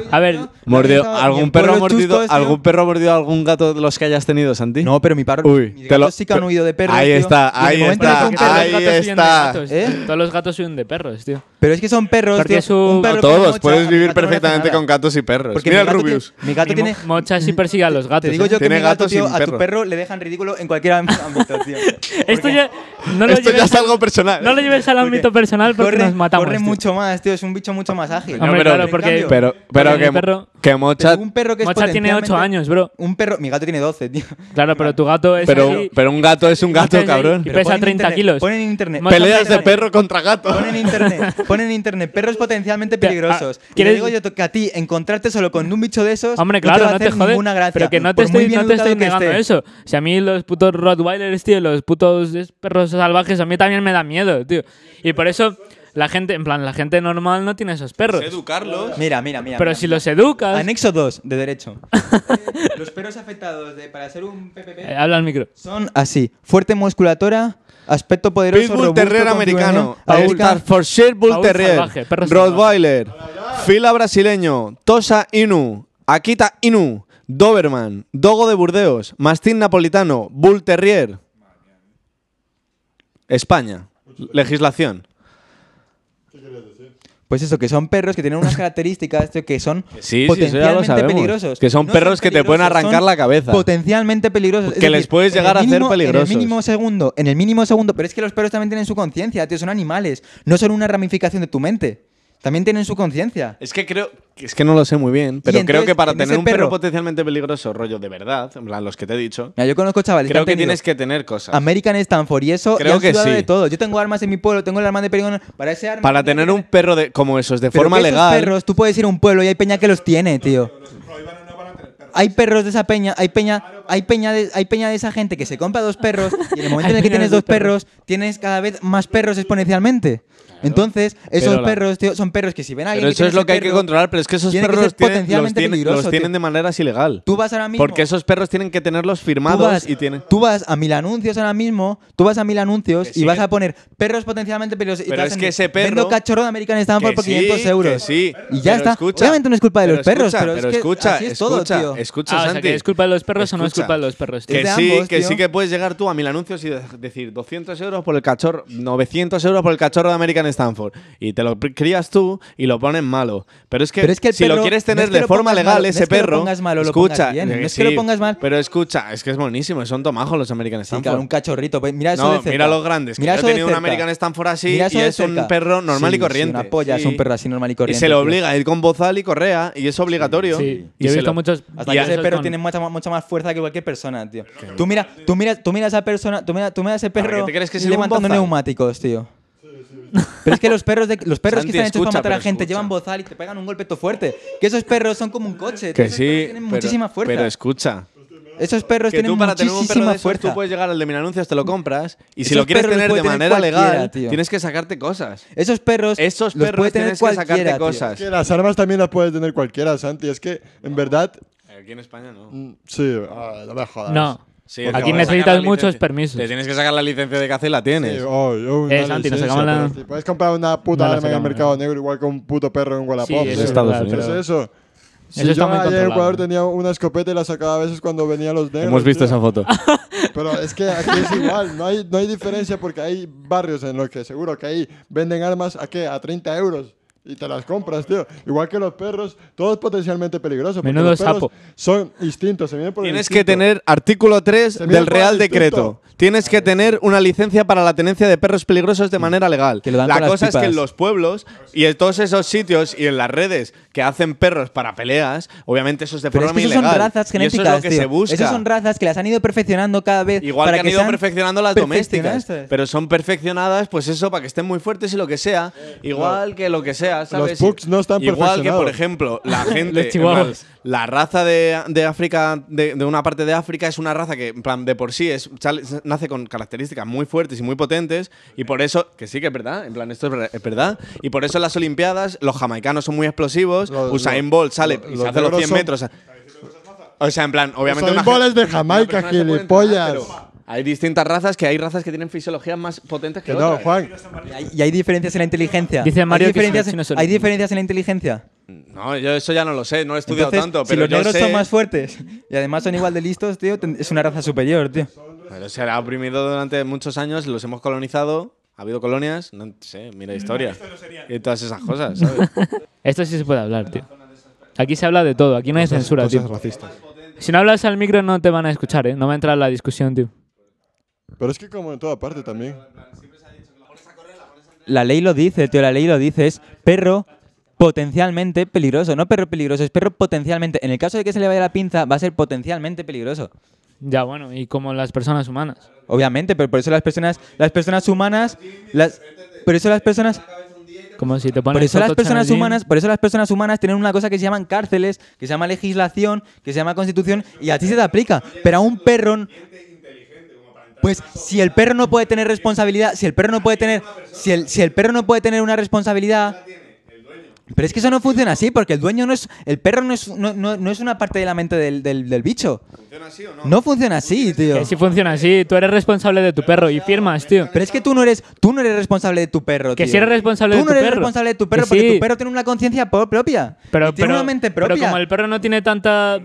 Speaker 1: A ver,
Speaker 7: Mordió,
Speaker 2: Y en
Speaker 7: ¿algún perro
Speaker 2: pueblos
Speaker 7: ha mordido,
Speaker 2: chuscos, tío.
Speaker 7: algún perro ha mordido a algún gato de los que hayas tenido, Santi?
Speaker 2: No, pero mi perro,
Speaker 7: Uy,
Speaker 2: mis
Speaker 7: te lo-
Speaker 2: gatos sí que han huido de perros,
Speaker 7: Ahí
Speaker 2: tío.
Speaker 7: está,
Speaker 2: Y de
Speaker 7: ahí
Speaker 2: momento
Speaker 7: está,
Speaker 2: no son perros.
Speaker 7: ahí
Speaker 1: todos los gatos huyen de
Speaker 7: está.
Speaker 1: gatos.
Speaker 2: ¿Eh?
Speaker 1: Todos los gatos huyen de perros, tío.
Speaker 2: Pero es que son perros,
Speaker 1: Porque
Speaker 2: tío.
Speaker 1: es un-
Speaker 2: perro que
Speaker 7: Todos,
Speaker 2: mocha, a
Speaker 7: puedes
Speaker 2: mi
Speaker 7: vivir
Speaker 2: gato no le hace
Speaker 7: perfectamente
Speaker 2: nada.
Speaker 7: con gatos y perros.
Speaker 2: Porque
Speaker 7: Mira
Speaker 2: mi
Speaker 7: el
Speaker 2: gato
Speaker 7: Rubius.
Speaker 2: tiene- mi gato
Speaker 1: Mi
Speaker 2: tiene...
Speaker 1: mo- Mocha sí persigue a los gatos.
Speaker 2: Te digo
Speaker 1: ¿eh?
Speaker 2: yo que
Speaker 7: Tiene
Speaker 2: mi gato,
Speaker 7: gatos
Speaker 2: tío,
Speaker 7: sin
Speaker 2: a tu
Speaker 7: perro.
Speaker 2: perro le dejan ridículo en cualquier ámbito, tío.
Speaker 1: ¿eh? Esto ya. No lo,
Speaker 7: Esto ya
Speaker 1: lleves,
Speaker 7: es algo personal.
Speaker 1: no lo lleves al ámbito personal porque
Speaker 2: Corre,
Speaker 1: nos matamos.
Speaker 2: corre
Speaker 1: tío.
Speaker 2: mucho más, tío. Es un bicho mucho más ágil.
Speaker 1: Hombre,
Speaker 7: pero-
Speaker 1: claro, porque.
Speaker 2: en
Speaker 7: Pero,
Speaker 1: porque
Speaker 7: pero
Speaker 1: mi
Speaker 7: que,
Speaker 1: perro-
Speaker 7: que Mocha.
Speaker 2: Pero un perro que es
Speaker 1: Mocha tiene 8
Speaker 2: potencialmente-
Speaker 1: años, bro.
Speaker 2: Un perro... Mi gato tiene 12, tío.
Speaker 1: Claro, pero tu gato es.
Speaker 7: Pero,
Speaker 1: así,
Speaker 7: pero un gato es un gato,
Speaker 1: Mocha es así
Speaker 7: cabrón.
Speaker 1: Y
Speaker 2: Pero
Speaker 1: pesa
Speaker 2: pon en
Speaker 1: 30
Speaker 2: internet,
Speaker 1: kilos.
Speaker 2: Pon en internet.
Speaker 1: Mocha
Speaker 7: Peleas de
Speaker 1: pesa-
Speaker 7: perro contra gato.
Speaker 2: Pon en internet, pon en internet perros potencialmente
Speaker 1: Te- ah,
Speaker 2: peligrosos. Y
Speaker 1: ¿quieres-
Speaker 2: te digo yo to- que a ti encontrarte solo con un bicho de esos
Speaker 1: Hombre,
Speaker 2: no te
Speaker 1: claro,
Speaker 2: va a
Speaker 1: no
Speaker 2: hacer
Speaker 1: te jodes.
Speaker 2: ninguna gracia.
Speaker 1: Pero que no te
Speaker 2: por muy
Speaker 1: estoy,
Speaker 2: bien
Speaker 1: no te
Speaker 2: educado
Speaker 1: estoy
Speaker 2: que
Speaker 1: negando
Speaker 2: esté.
Speaker 1: eso. Si a mí los putos Rottweilers, tío, los putos es- perros salvajes, a mí también me da miedo, tío. Y por eso la gente, en plan, la gente normal no tiene esos perros.
Speaker 7: Educarlos.
Speaker 2: Mira, mira, mira.
Speaker 1: Pero
Speaker 2: mira.
Speaker 1: si los educas.
Speaker 2: Anexo 2 de derecho. Los perros afectados de- para ser un
Speaker 1: Eh,
Speaker 2: PPP
Speaker 7: ah.
Speaker 1: habla al micro.
Speaker 2: son así: fuerte musculatura, aspecto poderoso.
Speaker 7: Pitbull
Speaker 2: robusto, ¿eh?
Speaker 7: Terrier
Speaker 2: configuración
Speaker 7: americano.
Speaker 2: adulta.
Speaker 7: Staffordshire Bull
Speaker 1: Paul
Speaker 7: Terrier.
Speaker 1: salvaje, perro
Speaker 7: Rottweiler. Fila brasileño. Tosa Inu. Akita Inu. Doberman. Dogo de Burdeos. Mastín napolitano. Bull Terrier. España. Legislación.
Speaker 2: Pues eso, que son perros que tienen unas características tío, que son
Speaker 7: Sí, sí, eso ya lo
Speaker 2: potencialmente
Speaker 7: sabemos.
Speaker 2: peligrosos.
Speaker 7: Que son perros que te pueden
Speaker 2: peligrosos,
Speaker 7: arrancar
Speaker 2: son
Speaker 7: la cabeza.
Speaker 2: Potencialmente peligrosos. Es
Speaker 7: Que les puedes
Speaker 2: en el
Speaker 7: llegar a hacer
Speaker 2: mínimo-
Speaker 7: peligrosos.
Speaker 2: En el mínimo segundo, en el mínimo segundo. Pero es que los perros también tienen su conciencia, tío. Son animales. No son una ramificación de tu mente. También tienen su conciencia.
Speaker 7: Es que creo. Es que no lo sé muy bien, pero creo
Speaker 2: entonces,
Speaker 7: que para
Speaker 2: en ese
Speaker 7: tener un perro,
Speaker 2: perro-
Speaker 7: potencialmente peligroso, rollo de verdad, en plan los que te he dicho,
Speaker 2: Mira, yo conozco chavales.
Speaker 7: creo
Speaker 2: han
Speaker 7: que
Speaker 2: tenido
Speaker 7: tienes que tener cosas.
Speaker 2: American Stanford y eso. y
Speaker 7: Creo
Speaker 2: han
Speaker 7: que
Speaker 2: sudado
Speaker 7: sí.
Speaker 2: de todo. Yo tengo armas en mi pueblo, tengo el arma de perdigón. Para ese arma.
Speaker 7: Para tener un perro de, como esos, de
Speaker 2: Pero
Speaker 7: forma
Speaker 2: que esos
Speaker 7: legal.
Speaker 2: perros, tú puedes ir a un pueblo y hay peña que los tiene, tío. Hay perros de esa peña, hay peña, hay peña de, hay peña de esa gente que se compra dos perros y en el momento en el
Speaker 1: Hay peña
Speaker 2: que
Speaker 1: de
Speaker 2: tienes
Speaker 1: dos
Speaker 2: dos perros, tienes cada vez más perros exponencialmente. Entonces, esos
Speaker 7: Pero la-
Speaker 2: perros, tío, son perros que si ven a alguien.
Speaker 7: Pero eso
Speaker 2: tiene
Speaker 7: es lo
Speaker 2: ese
Speaker 7: que hay que
Speaker 2: perro,
Speaker 7: controlar, pero es que esos
Speaker 2: tiene que
Speaker 7: perros
Speaker 2: ser
Speaker 7: tienen- los,
Speaker 2: potencialmente
Speaker 7: tienen,
Speaker 2: peligroso,
Speaker 7: los tienen
Speaker 2: tío.
Speaker 7: de manera ilegal.
Speaker 2: Tú vas ahora mismo.
Speaker 7: Porque esos perros tienen que tenerlos
Speaker 2: Tú
Speaker 7: firmados
Speaker 2: vas,
Speaker 7: y tienen...
Speaker 2: tú vas a mil anuncios ahora mismo, tú vas a mil anuncios
Speaker 7: Que sí,
Speaker 2: y vas
Speaker 7: que-
Speaker 2: a poner perros potencialmente peligrosos. y te
Speaker 7: Pero
Speaker 2: hacen
Speaker 7: es que ese
Speaker 2: Vendo
Speaker 7: perro-
Speaker 2: cachorro de American Stanford
Speaker 7: Que
Speaker 2: por
Speaker 7: sí,
Speaker 2: 500
Speaker 7: que
Speaker 2: euros.
Speaker 7: sí.
Speaker 2: Y ya
Speaker 7: Pero
Speaker 2: está.
Speaker 7: escucha,
Speaker 2: Obviamente no es culpa de
Speaker 7: pero
Speaker 2: los perros,
Speaker 7: escucha,
Speaker 2: pero, es que
Speaker 7: escucha,
Speaker 2: así es
Speaker 7: escucha,
Speaker 2: todo, tío.
Speaker 7: escucha,
Speaker 1: Ah, o sea,
Speaker 7: Santi.
Speaker 1: que es culpa de los perros o no es
Speaker 7: Escucha.
Speaker 1: culpa de los perros, tío.
Speaker 7: Que,
Speaker 2: Es de
Speaker 7: sí,
Speaker 2: ambos,
Speaker 7: que
Speaker 2: tío.
Speaker 7: sí que puedes llegar tú a mil anuncios y de- decir 200 euros por el cachorro, 900 euros por el cachorro de American Stanford. Y te lo pr- crías tú y lo ponen malo. Pero es que,
Speaker 2: Pero es que el
Speaker 7: si lo
Speaker 2: perro-
Speaker 7: quieres
Speaker 2: no es
Speaker 7: tener
Speaker 2: que
Speaker 7: de
Speaker 2: lo
Speaker 7: forma
Speaker 2: pongas
Speaker 7: legal
Speaker 2: malo, no es
Speaker 7: ese
Speaker 2: que lo
Speaker 7: perro,
Speaker 2: pongas malo, lo
Speaker 7: escucha,
Speaker 2: pongas bien,
Speaker 7: eh,
Speaker 2: no es que lo
Speaker 7: sí,
Speaker 2: pongas mal.
Speaker 7: Pero escucha, es que es buenísimo, son tomajos los American
Speaker 2: Sí,
Speaker 7: Stanford.
Speaker 2: claro, un cachorrito. pues Mira eso
Speaker 7: no,
Speaker 2: de cerca.
Speaker 7: mira los grandes. Que
Speaker 2: Mira
Speaker 7: yo he
Speaker 2: eso de
Speaker 7: tenido un
Speaker 2: cerca.
Speaker 7: American Stanford así
Speaker 2: Mira eso
Speaker 7: y
Speaker 2: de
Speaker 7: es un
Speaker 2: cerca.
Speaker 7: perro normal
Speaker 2: Sí,
Speaker 7: y
Speaker 2: sí,
Speaker 7: corriente.
Speaker 2: una polla, es
Speaker 7: Sí.
Speaker 2: un perro así normal y corriente.
Speaker 7: Y se le
Speaker 2: tío.
Speaker 7: obliga a ir con bozal y correa y es obligatorio.
Speaker 1: Sí,
Speaker 7: Y
Speaker 1: yo he
Speaker 7: se
Speaker 1: visto
Speaker 7: lo-
Speaker 1: muchos.
Speaker 2: Hasta
Speaker 7: Y
Speaker 2: que
Speaker 7: a-
Speaker 2: ese perro tiene mucha, más- mucha más fuerza que cualquier persona, tío. Tú mira, tú mira, tú mira a esa persona, tú mira, tú mira a ese
Speaker 7: ¿Para
Speaker 2: perro
Speaker 7: qué te crees que es un
Speaker 2: levantando
Speaker 7: bozal?
Speaker 2: neumáticos, tío. Pero es que los perros, de, los perros
Speaker 7: Santi,
Speaker 2: que están hechos
Speaker 7: escucha,
Speaker 2: para matar a
Speaker 7: pero
Speaker 2: gente
Speaker 7: escucha.
Speaker 2: llevan bozal y te pegan un golpe todo fuerte. Que esos perros son como un coche. tío.
Speaker 7: Que
Speaker 2: Esos
Speaker 7: Pues sí,
Speaker 2: perros tienen
Speaker 7: pero-
Speaker 2: muchísima fuerza.
Speaker 7: pero escucha.
Speaker 2: esos perros
Speaker 7: que
Speaker 2: tienen
Speaker 7: tú para tener un perro
Speaker 2: muchísima
Speaker 7: de esos,
Speaker 2: fuerza.
Speaker 7: tú puedes llegar al de Minanuncios, te lo compras. Y si
Speaker 2: Esos
Speaker 7: lo quieres
Speaker 2: perros los
Speaker 7: tener de
Speaker 2: puede tener
Speaker 7: manera legal,
Speaker 2: cualquiera, tío.
Speaker 7: tienes que sacarte cosas.
Speaker 2: Esos perros
Speaker 7: Esos
Speaker 2: los
Speaker 7: perros
Speaker 2: puede tener
Speaker 7: tienes que sacarte
Speaker 2: cualquiera, tío.
Speaker 7: cosas.
Speaker 3: Que las armas también las puede tener cualquiera, Santi. Es que, en verdad,
Speaker 7: Aquí en España no.
Speaker 3: mm, sí, ah, no me jodas.
Speaker 1: No.
Speaker 7: Sí,
Speaker 1: Aquí
Speaker 7: te puedes
Speaker 1: necesitas
Speaker 7: sacar la
Speaker 1: muchos
Speaker 7: licencia.
Speaker 1: permisos.
Speaker 7: Te tienes que sacar la licencia de caza y la
Speaker 3: Sí,
Speaker 7: tienes.
Speaker 3: oh, yo una
Speaker 1: Eh, Santi, nos
Speaker 3: licencia,
Speaker 1: sacamos la-
Speaker 3: pero si Puedes comprar una puta
Speaker 1: No la
Speaker 3: arma en el
Speaker 1: sacamos, eh.
Speaker 3: mercado negro igual que un puto perro en
Speaker 1: Sí,
Speaker 3: Wallapop.
Speaker 1: eso es
Speaker 3: tío.
Speaker 7: Estados
Speaker 1: verdad,
Speaker 7: Unidos.
Speaker 3: Pues
Speaker 1: pero-
Speaker 3: eso. Si
Speaker 1: Eso está
Speaker 3: yo
Speaker 1: muy
Speaker 3: allá en
Speaker 1: controlado.
Speaker 3: Ecuador tenía una escopeta y la sacaba a veces cuando venían los negros.
Speaker 7: Hemos visto
Speaker 3: tío.
Speaker 7: esa foto.
Speaker 3: Pero es que aquí es igual, no hay, no hay diferencia porque hay barrios en los que seguro que ahí venden armas a qué, a 30 euros. Y te las compras, tío. Igual que los perros, todos potencialmente peligrosos. porque
Speaker 1: Menudo
Speaker 3: los perros
Speaker 1: sapo.
Speaker 3: Son distintos, se vienen por el
Speaker 7: Tienes que
Speaker 3: instinto.
Speaker 7: tener artículo 3
Speaker 3: Se mira
Speaker 7: del
Speaker 3: por el
Speaker 7: Real
Speaker 3: instinto.
Speaker 7: Decreto. Tienes que tener una licencia para la tenencia de perros peligrosos de manera legal.
Speaker 2: Mm. Que lo dan
Speaker 7: la
Speaker 2: con las
Speaker 7: cosa es que
Speaker 2: pipas.
Speaker 7: en los pueblos y en todos esos sitios y en las redes que hacen perros para peleas, obviamente eso es de
Speaker 2: Pero es
Speaker 7: forma
Speaker 2: que esos
Speaker 7: ilegal.
Speaker 2: son razas
Speaker 7: Y
Speaker 2: genéticas,
Speaker 7: eso es lo que
Speaker 2: tío.
Speaker 7: se busca.
Speaker 2: Esas son razas que las han ido perfeccionando cada vez.
Speaker 7: Igual
Speaker 2: para
Speaker 7: que han ido
Speaker 2: sean
Speaker 7: perfeccionando las domésticas,
Speaker 2: perfeccionistas.
Speaker 7: pero son perfeccionadas, pues eso, para que estén muy fuertes y lo que sea, igual que lo que sea, ¿sabes?
Speaker 3: Eh, pugs no están
Speaker 7: Igual que, por
Speaker 3: perfeccionados.
Speaker 7: ejemplo, la gente,
Speaker 1: Los chihuahuas.
Speaker 7: la raza de, de África, de, de una parte de África, es una raza que, en plan, de por sí, es, sale- nace con características muy fuertes y muy potentes, y por eso, que sí que es verdad, en plan, esto es ver- es verdad, y por eso en las Olimpiadas los jamaicanos son muy explosivos,
Speaker 3: Lo-
Speaker 7: Usain
Speaker 3: lo-
Speaker 7: Bolt sale
Speaker 3: lo-
Speaker 7: y
Speaker 3: los
Speaker 7: se hace los
Speaker 3: negros
Speaker 7: 100
Speaker 3: son-
Speaker 7: metros. O sea, en plan, obviamente.
Speaker 3: Usain
Speaker 7: una
Speaker 3: Bolt
Speaker 7: gen-
Speaker 3: es de
Speaker 7: una
Speaker 3: Jamaica,
Speaker 7: persona se puede
Speaker 3: gilipollas.
Speaker 7: entrenar, pero Hay distintas razas que hay razas que tienen fisiologías más potentes que,
Speaker 3: Que no,
Speaker 7: otras.
Speaker 3: Juan.
Speaker 2: Y hay, y hay diferencias en la inteligencia.
Speaker 1: Dice Mario
Speaker 2: ¿Hay
Speaker 1: que
Speaker 2: diferencias,
Speaker 1: si no son-
Speaker 2: ¿Hay diferencias en la inteligencia?
Speaker 7: No, yo eso ya no lo sé, no lo he estudiado
Speaker 2: Entonces,
Speaker 7: tanto,
Speaker 2: si
Speaker 7: pero
Speaker 2: los
Speaker 7: yo
Speaker 2: negros
Speaker 7: sé-
Speaker 2: son más fuertes y además son igual de listos, tío, ten- es una raza superior, tío.
Speaker 7: Pero se ha oprimido durante muchos años, los hemos colonizado, ha habido colonias, no sé, mira historia. Y todas esas cosas, ¿sabes?
Speaker 1: Esto sí se puede hablar, tío. Aquí se habla de todo, aquí no hay censura,
Speaker 3: Cosas
Speaker 1: tío.
Speaker 3: racistas.
Speaker 1: Si no hablas al micro no te van a escuchar, ¿eh? No va a entrar en la discusión, tío.
Speaker 3: Pero es que como en toda parte también.
Speaker 2: La ley lo dice, tío, la ley lo dice. Es perro potencialmente peligroso. No perro peligroso, es perro potencialmente. En el caso de que se le vaya la pinza, va a ser potencialmente peligroso.
Speaker 1: Ya, bueno, y como las personas humanas.
Speaker 2: Obviamente, pero por eso las personas, las personas humanas, las, por eso las personas,
Speaker 1: Como si te pones
Speaker 2: por eso las
Speaker 1: Toto
Speaker 2: personas
Speaker 1: Chanelin.
Speaker 2: humanas, por eso las personas humanas tienen una cosa que se llaman cárceles, que se llama legislación, que se llama constitución y a ti se te aplica. Pero a un perro, pues si el perro no puede tener responsabilidad, si el perro no puede tener, si el, si el perro no puede tener una responsabilidad. Pero es que eso no funciona así, porque el dueño no es. El perro no es, no, no- no es una parte de la mente del, del- del bicho.
Speaker 6: ¿Funciona así o no?
Speaker 2: No funciona así, tío.
Speaker 1: Que si funciona así, tú eres responsable de tu perro y firmas, tío.
Speaker 2: Pero es que tú no eres, tú no eres responsable de tu perro,
Speaker 1: Que
Speaker 2: tío.
Speaker 1: si eres responsable
Speaker 2: tú
Speaker 1: de
Speaker 2: no
Speaker 1: tu
Speaker 2: eres
Speaker 1: perro.
Speaker 2: responsable de tu perro
Speaker 1: Que
Speaker 2: porque
Speaker 1: sí.
Speaker 2: tu perro tiene una conciencia po- propia.
Speaker 1: Pero,
Speaker 2: Y tiene
Speaker 1: pero-
Speaker 2: una mente
Speaker 1: pero
Speaker 2: propia.
Speaker 1: como el perro no tiene tanta,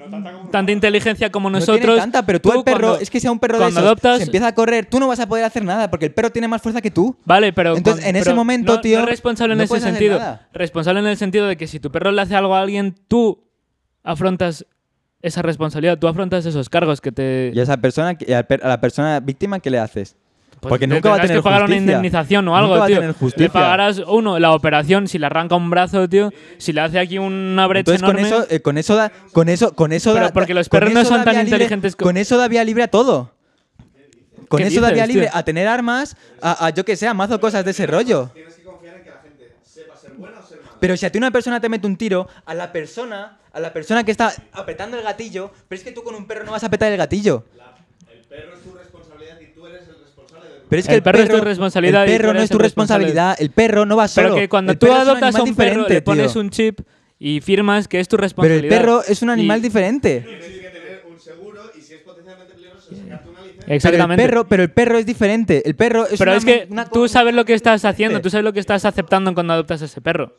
Speaker 1: tanta inteligencia como
Speaker 2: No
Speaker 1: nosotros.
Speaker 2: tiene tanta, pero tú, al perro,
Speaker 1: cuando-
Speaker 2: es que sea un perro de
Speaker 1: cuando
Speaker 2: esos,
Speaker 1: adoptas,
Speaker 2: se empieza a correr, tú no vas a poder hacer nada porque el perro tiene más fuerza que tú.
Speaker 1: Vale, pero.
Speaker 2: Entonces,
Speaker 1: cuando-
Speaker 2: en ese
Speaker 1: pero
Speaker 2: momento,
Speaker 1: no-
Speaker 2: tío,
Speaker 1: No es responsable en
Speaker 2: no
Speaker 1: ese
Speaker 2: puedes hacer
Speaker 1: sentido.
Speaker 2: nada.
Speaker 1: Responsable en el sentido de que si tu perro le hace algo a alguien, tú afrontas esa responsabilidad, tú afrontas esos cargos que te.
Speaker 2: Y a esa persona, que- y al per- a la persona víctima, ¿qué le haces?
Speaker 1: pues
Speaker 2: porque
Speaker 1: te
Speaker 2: nunca va a
Speaker 1: tendrás
Speaker 2: tener
Speaker 1: que pagar una
Speaker 2: justicia.
Speaker 1: indemnización o
Speaker 2: Nunca
Speaker 1: algo,
Speaker 2: va a
Speaker 1: tío.
Speaker 2: tener justicia.
Speaker 1: Le pagarás, uno, la operación, si le arranca un brazo, tío. Si le hace aquí una brecha
Speaker 2: Entonces con
Speaker 1: enorme.
Speaker 2: eso, eh, con eso da, con eso, con eso
Speaker 1: Pero
Speaker 2: da-
Speaker 1: porque los
Speaker 2: con
Speaker 1: perros no
Speaker 2: eso
Speaker 1: son
Speaker 2: da
Speaker 1: tan
Speaker 2: vía libre-
Speaker 1: inteligentes co-
Speaker 2: con eso da vía libre a todo. Con
Speaker 1: ¿Qué
Speaker 2: eso da
Speaker 1: dices,
Speaker 2: vía libre
Speaker 1: tío?
Speaker 2: a tener armas, a, a, yo que sé, a mazo cosas de ese rollo. Pero si a ti una persona te mete un tiro, a la persona, a la persona que está apretando el gatillo, pero es que tú con un perro no vas a apretar el gatillo. Pero es que
Speaker 1: El
Speaker 2: el
Speaker 1: perro
Speaker 2: perro,
Speaker 1: es tu responsabilidad
Speaker 2: El
Speaker 1: y tú
Speaker 2: perro no
Speaker 1: eres
Speaker 2: es tu
Speaker 1: el responsable.
Speaker 2: responsabilidad. El perro no va solo.
Speaker 1: Pero que cuando
Speaker 2: El
Speaker 1: tú
Speaker 2: perro es un
Speaker 1: adoptas a
Speaker 2: animal
Speaker 1: un perro,
Speaker 2: diferente,
Speaker 1: le pones
Speaker 2: tío.
Speaker 1: un chip y firmas que es tu
Speaker 2: Pero
Speaker 1: responsabilidad.
Speaker 2: el perro es un animal
Speaker 1: Y-
Speaker 2: diferente.
Speaker 6: Tienes que tener un seguro y si es potencialmente peligroso, sacarte una licencia.
Speaker 1: Exactamente.
Speaker 2: Pero el perro, pero el perro es diferente. El perro es
Speaker 1: Pero
Speaker 2: una
Speaker 1: es que
Speaker 2: men- una
Speaker 1: tú
Speaker 2: cosa-
Speaker 1: sabes lo que estás haciendo,
Speaker 2: diferente.
Speaker 1: tú sabes lo que estás aceptando cuando adoptas a ese perro.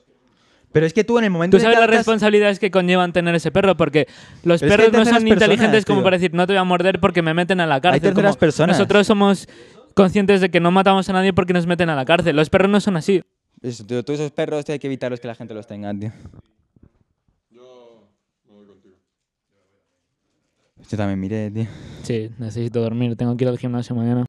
Speaker 2: Pero es que tú en el momento
Speaker 1: Tú
Speaker 2: en
Speaker 1: sabes
Speaker 2: que
Speaker 1: las
Speaker 2: adoptas-
Speaker 1: responsabilidades que conllevan tener ese perro, porque los
Speaker 2: Pero es que
Speaker 1: perros
Speaker 2: hay
Speaker 1: no
Speaker 2: terceras
Speaker 1: son inteligentes
Speaker 2: personas,
Speaker 1: como
Speaker 2: tío.
Speaker 1: para decir no te voy a morder porque me meten a la cárcel.
Speaker 2: terceras
Speaker 1: como
Speaker 2: personas.
Speaker 1: Nosotros somos conscientes de que no matamos a nadie porque nos meten a la cárcel. Los perros no son así.
Speaker 2: Eso, tío, todos esos perros tío, hay que evitarlos que la gente los tenga, tío. Yo también miré, tío.
Speaker 1: Sí, necesito dormir, tengo que ir al gimnasio mañana.